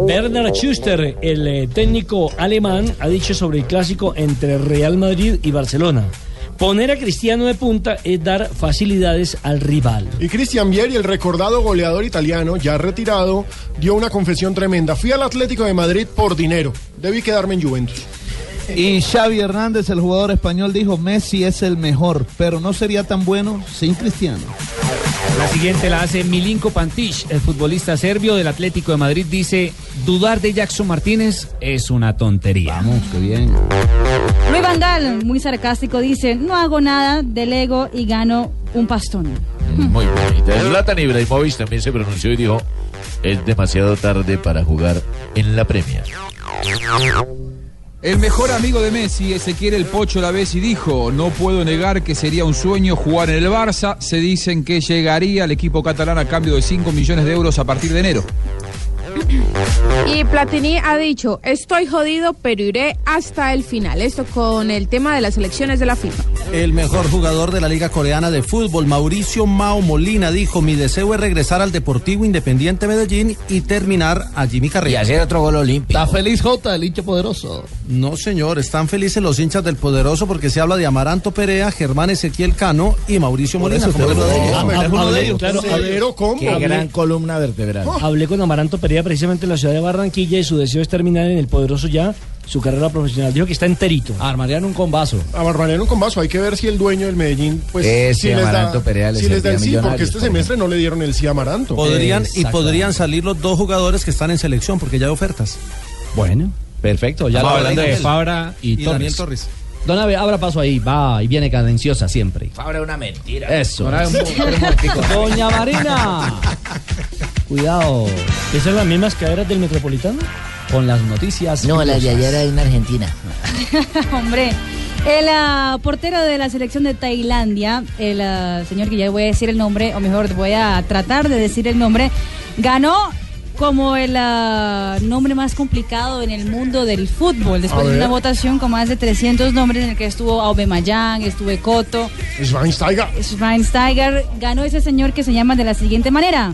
Bernard Schuster, el eh, técnico alemán, ha dicho sobre el clásico entre Real Madrid y Barcelona. Poner a Cristiano de punta es dar facilidades al rival.
Y Cristian Vieri, el recordado goleador italiano, ya retirado, dio una confesión tremenda. Fui al Atlético de Madrid por dinero. Debí quedarme en Juventus.
Y Xavi Hernández, el jugador español, dijo, Messi es el mejor, pero no sería tan bueno sin Cristiano.
La siguiente la hace Milinko Pantic, el futbolista serbio del Atlético de Madrid. Dice, dudar de Jackson Martínez es una tontería. Vamos, qué bien.
Luis Vandal, muy sarcástico, dice, no hago nada, delego y gano un pastón.
Mm, Muy bonita. Zlatan Ibrahimovic también se pronunció y dijo, es demasiado tarde para jugar en la Premier.
El mejor amigo de Messi, Ezequiel El Pocho la vez y dijo, no puedo negar que sería un sueño jugar en el Barça, se dicen que llegaría al equipo catalán a cambio de 5 millones de euros a partir de enero.
Y Platini ha dicho, estoy jodido, pero iré hasta el final. Esto con el tema de las elecciones de la FIFA.
El mejor jugador de la Liga Coreana de Fútbol, Mauricio Mao Molina, dijo, mi deseo es regresar al Deportivo Independiente Medellín y terminar allí mi carrera.
Y hacer otro gol olímpico.
¿Está feliz Jota, el hincha poderoso? No, señor, están felices los hinchas del poderoso porque se habla de Amaranto Perea, Germán Ezequiel Cano y Mauricio Molina.
eso
como
te
uno de
digo.
ellos.
Ah,
Ah,
alguno
uno
de
de
ellos,
ellos.
claro, Severo combo. Qué gran
columna vertebral. Hablé con Amaranto Pereira precisamente en la ciudad de Barranquilla y su deseo es terminar en el poderoso ya su carrera profesional. Dijo que está enterito.
Armarían un combazo.
Armarían un combazo. Hay que ver si el dueño del Medellín, pues,
Ese
si les da,
Amaranto Perea les
si les da el sí, porque
servía millonarios,
este semestre no le dieron el sí a Amaranto.
Podrían, y podrían salir los dos jugadores que están en selección porque ya hay ofertas. Bueno,
perfecto. Ya
Vamos
lo
hablando de Fabra y Torres.
Don Abe, abra paso ahí, va y viene cadenciosa siempre.
Fabra es una mentira.
Eso.
Ahora es un-
Doña Marina. Cuidado.
¿Esas son las mismas caderas del Metropolitano?
Con las noticias.
No, la de ayer era en Argentina.
Hombre, el ah, portero de la selección de Tailandia, el ah, señor que ya voy a decir el nombre, o mejor voy a tratar de decir el nombre, ganó como el ah, nombre más complicado en el mundo del fútbol, después
A
de
ver.
una votación con más de 300 nombres en el que estuvo Aubameyang, estuve Coto,
Schweinsteiger.
Schweinsteiger, ganó ese señor que se llama de la siguiente manera,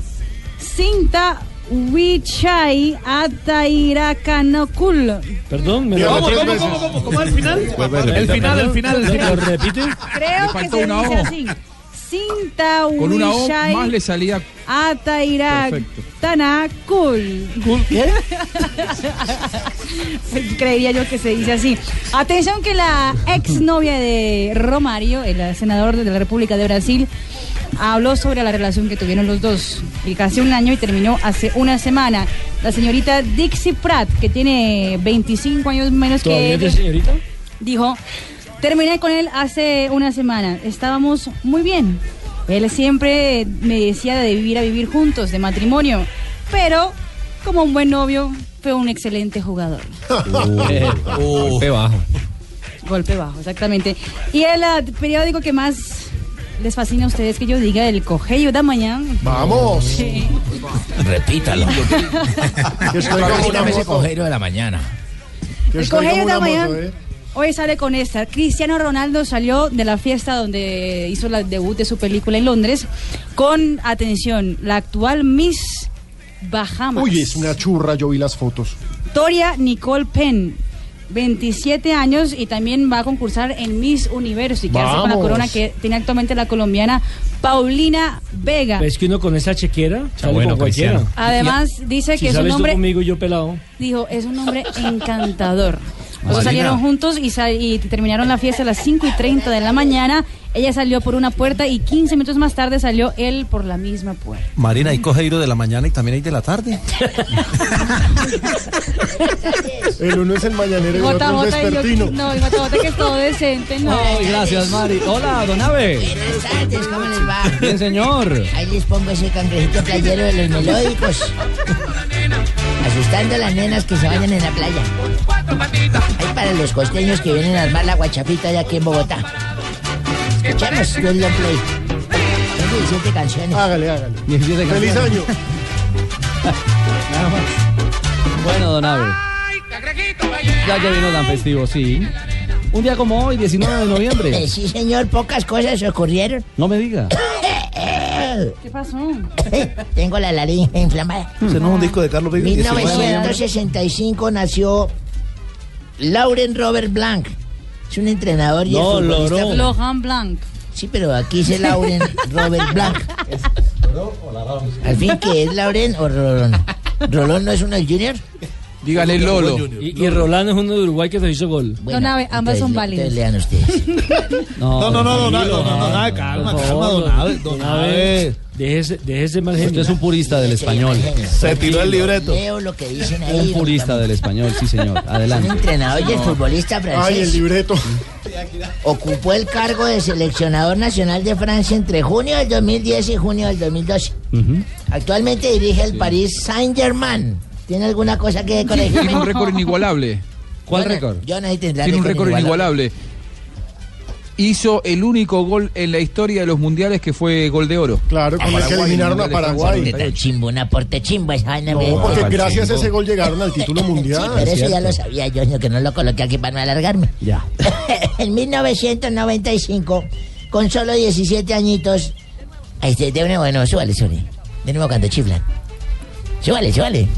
Sinta Wichai Atairakhanakul.
Perdón,
¿Cómo,
lo repito.
cómo, cómo, cómo, cómo, al final?
El final, el final, el final.
¿Lo repite?
Creo
Le
que
faltó
se
una
dice
O.
así. Sinta
Con una O más le
Wishai
salía
Ataira
Perfecto.
Tanakul. Pues Creería yo que se dice así. Atención que la exnovia de Romario, el senador de la República de Brasil, habló sobre la relación que tuvieron los dos y casi un año y terminó hace una semana. La señorita Dixie Pratt, que tiene 25 años menos que
¿Todavía
él,
es señorita?
dijo, terminé con él hace una semana, estábamos muy bien. Él siempre me decía de vivir a vivir juntos, de matrimonio, pero como un buen novio, fue un excelente jugador.
Golpe bajo.
Golpe bajo, exactamente. Y el ah, periódico que más les fascina a ustedes que yo diga, el Cogeio da Mañana.
¡Vamos!
Sí.
Repítalo.
Estoy como una
Repítame ese
moto.
cojero de la mañana.
El Cogeio da Mañana hoy sale con esta. Cristiano Ronaldo salió de la fiesta donde hizo la debut de su película en Londres con, atención, la actual Miss Bahamas.
Uy, es una churra, yo vi las fotos.
Victoria Nicole Penn, 27 años y también va a concursar en Miss Universo y que hace con la
Vamos.
corona que tiene actualmente la colombiana Paulina Vega.
Es que uno con esa chequera sale
bueno,
con cualquiera.
Cristiano.
Además, dice
Si
que es un
sales tú
hombre,
conmigo y yo pelado.
dijo, es un hombre encantador. O sea,
Marina.
salieron juntos y, sal- y terminaron la fiesta a las 5 y 30 de la mañana. Ella salió por una puerta y 15 minutos más tarde salió él por la misma puerta.
Marina, hay cojeiro de la mañana y también hay de la tarde.
El uno es el mañanero y el
Jota,
otro es
Jota, y yo-
vespertino.
no, el Jota, Jota, que es todo decente, no.
Ay, gracias, Mari. Hola, don Abe.
Buenas tardes, ¿cómo les va?
Bien, señor.
Ahí les pongo ese cangrejito playero de los melódicos. Asustando a las nenas que se vayan en la playa. Hay para los costeños que vienen a armar la guachapita ya aquí en Bogotá. Escuchamos Don Long Play. Tengo 17 canciones.
Hágale, hágale.
17
¡Feliz
canciones.
año!
Nada más. Bueno, don Abe. Ya que vino tan festivo, sí. Un día como hoy, 19 de noviembre.
Eh, Sí, señor, pocas cosas ocurrieron.
No me diga.
¿Qué pasó?
Tengo la laringe inflamada.
Ese no es un disco de Carlos Vives.
1965 nació Lauren Robert Blanc. Es un entrenador y es
No,
futbolista.
logró. Lohan Blanc.
Sí, pero aquí dice Lauren Robert Blanc. Al fin, ¿qué es Lauren o Rolón? ¿Rolón no es uno del Junior?
Dígale Lolo.
Y, y Rolando es uno de Uruguay que se hizo gol.
Don Abe, ambas son válidas.
No, no, no, no, no, no, no, no, no, calma, calma,
Por favor,
don Abe, don Abe.
Déjese, déjese más
Usted es un purista del español.
Se tiró el libreto.
Eh,
Leo lo que dicen ahí.
Un
don
purista del español, sí, señor. Adelante.
Entrenador y el futbolista francés.
Ay, el libreto.
Ocupó el cargo de seleccionador nacional de Francia entre junio del 2010 y junio del 2012. Actualmente dirige el París Saint-Germain. ¿Tiene alguna cosa que corregir?
Tiene un récord inigualable.
¿Cuál récord? John ahí tendrá
Tiene un récord inigualable. Hizo el único gol en la historia de los mundiales que fue gol de oro.
Claro,
con el que
eliminaron a Paraguay.
Un aporte tan chimbo, un aporte chimbo esa vaina,
No,
hombre.
porque gracias a ese gol llegaron al título
Sí,
mundial.
pero eso ya lo sabía yo, yo que no lo coloqué aquí para no alargarme.
Ya.
en 1995, con solo 17 añitos. Ahí se de nuevo, de nuevo, súbale, súbale. De nuevo cuando chiflan. Súbale, súbale.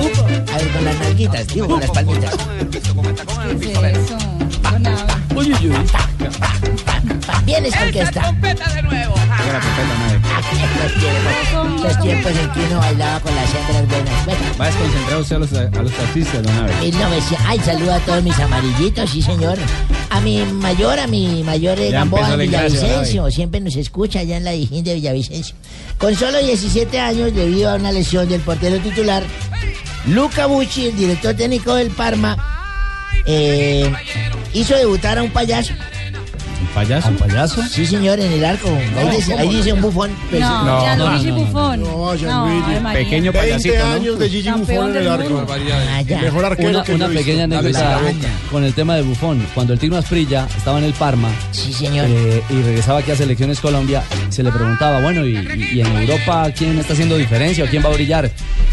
Upo. A ver, con las nalguitas, digo, con las palmitas.
Uy, uy, uy.
Bien esta orquesta. Los tiempos en que uno bailaba con las hembras buenas. Bueno,
Va a desconcentrar usted a los, a los artistas, don Abe.
1900. Ay, saludo a todos mis amarillitos, sí señor. A mi mayor, a mi mayor eh,
Ya
Gamboa
empezó
en
la iglesia,
Villavicencio. Siempre nos escucha allá en la Dijín de Villavicencio. Con solo 17 años, debido a una lesión del portero titular, Luca Bucci, el director técnico del Parma, eh, hizo debutar a un payaso.
¿Un payaso? ¿Un payaso?
Sí, señor, en el arco. Ahí,
No,
dice, ahí
¿cómo?
dice un bufón. Pues, pero-
No, No, ya no, no, Gigi no, no,
Buffon.
No,
No, Ave María.
Pequeño 20 años de Gigi Buffon en el arco. Mejor arquero
una,
que yo
una
he visto.
pequeña
Dame
anécdota
esa boca.
con el tema de Bufón. Cuando el Tino Asprilla estaba en el Parma
señor.
eh, y regresaba aquí a Selecciones Colombia, se le preguntaba, bueno, y, y- y en Europa quién está haciendo diferencia o quién va a brillar?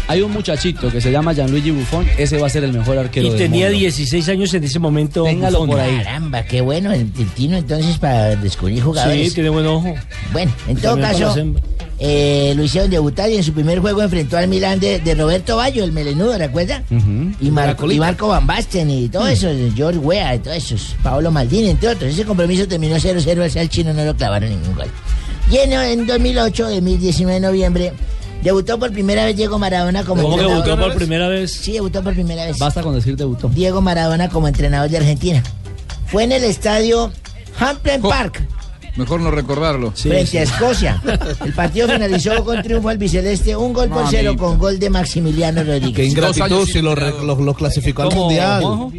Hay un muchachito que se llama Gianluigi Bufón, ese va a ser el mejor arquero
Y
del
tenía
mundo.
16 años en ese momento.
Téngalo por ahí.
Pues, Caramba, qué bueno el, el Tino entonces para descubrir jugadores.
Sí, tiene buen ojo.
Bueno, en todo
También
caso,
conocen.
eh, lo hicieron debutar y en su primer juego enfrentó al Milán de, de Roberto Bayo, el melenudo, ¿recuerda? Y Marco, y Marco Van Basten y todo eso, George Weah y todos esos, Paolo Maldini, entre otros. Ese compromiso terminó 0-0, al ser chino no lo clavaron ningún gol. Y en, en 2008, en el 19 de noviembre, debutó por primera vez Diego Maradona como
¿Cómo que
entrenador.
debutó por primera vez?
Sí, debutó por primera vez.
Basta con decir debutó.
Diego Maradona como entrenador de Argentina. Fue en el estadio Hampden Park,
Mejor no recordarlo.
frente a Escocia. El partido finalizó con triunfo al biceleste, un gol por cero con gol de Maximiliano Rodríguez.
Qué ingratitud si lo, re- lo- lo clasificó al
Como
mundial.
Juanjo,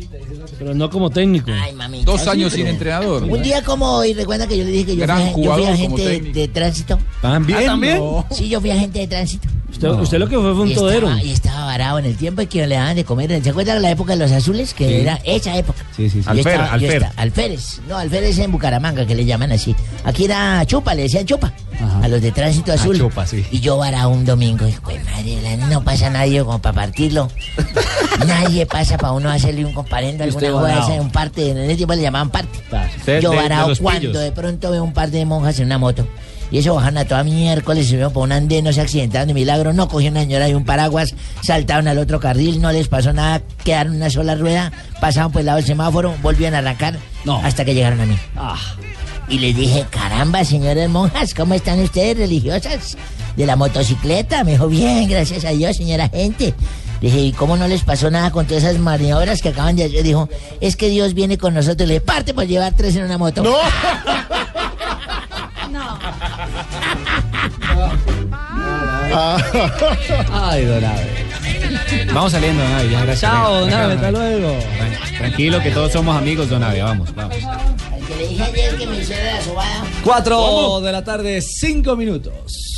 pero no como técnico. Ah,
Dos años sin entrenador.
Un día como hoy, recuerda que yo le dije que yo
Gran
fui, a- yo fui
jugador como
agente de,
técnico.
de tránsito.
¿También? Ah, ¿también? No.
Sí, yo fui agente de tránsito.
Usted, usted lo que fue fue
Y
un
estaba-
todero.
Y estaba varado en el tiempo y que le daban de comer. ¿Se acuerdan de la época de los azules? Que
Sí.
era esa época.
Sí, sí, sí.
Yo
Alfer,
estaba- yo
Alfer.
estaba- Alférez. No, Alférez en Bucaramanga, que le llaman así. Aquí era Chupa, le decían Chupa. A los de tránsito azul.
Ah, Chupa, sí.
Y yo varado un domingo. Hijo de madre, la- no pasa nadie como para partirlo. nadie pasa para uno hacerle un comparendo,
Y usted
alguna joda
varao.
esa, un parte. En ese tiempo le llamaban parte.
Usted
Yo
de- de
varado
los
cuando
pillos.
de pronto veo un par de monjas en una moto. Y eso bajaron a toda miércoles, se vieron por un andén, no se accidentaron de milagro, no cogieron una señora y un paraguas, saltaron al otro carril, no les pasó nada, quedaron en una sola rueda, pasaban por el lado del semáforo, volvían a arrancar hasta que llegaron a mí. Y les dije, Eh, caramba, señores monjas, ¿cómo están ustedes religiosas? De la motocicleta, me dijo, bien, gracias a Dios, señora gente. Dije, ¿y cómo no les pasó nada con todas esas maniobras que acaban de hacer? Dijo, es que Dios viene con nosotros. Le dije, parte por llevar tres en una moto. ¡No!
Ah.
Ay, don Abe.
Vamos saliendo, don Abe. ya, gracias.
Chao, don
Venga,
Abe,
venga,
hasta
venga.
luego.
Venga, Tranquilo, que todos somos amigos, don Abe. Vamos, vamos.
Al que le dije ayer que me hiciera la sobada.
Cuatro
¿Cómo?
de la tarde, cinco minutos.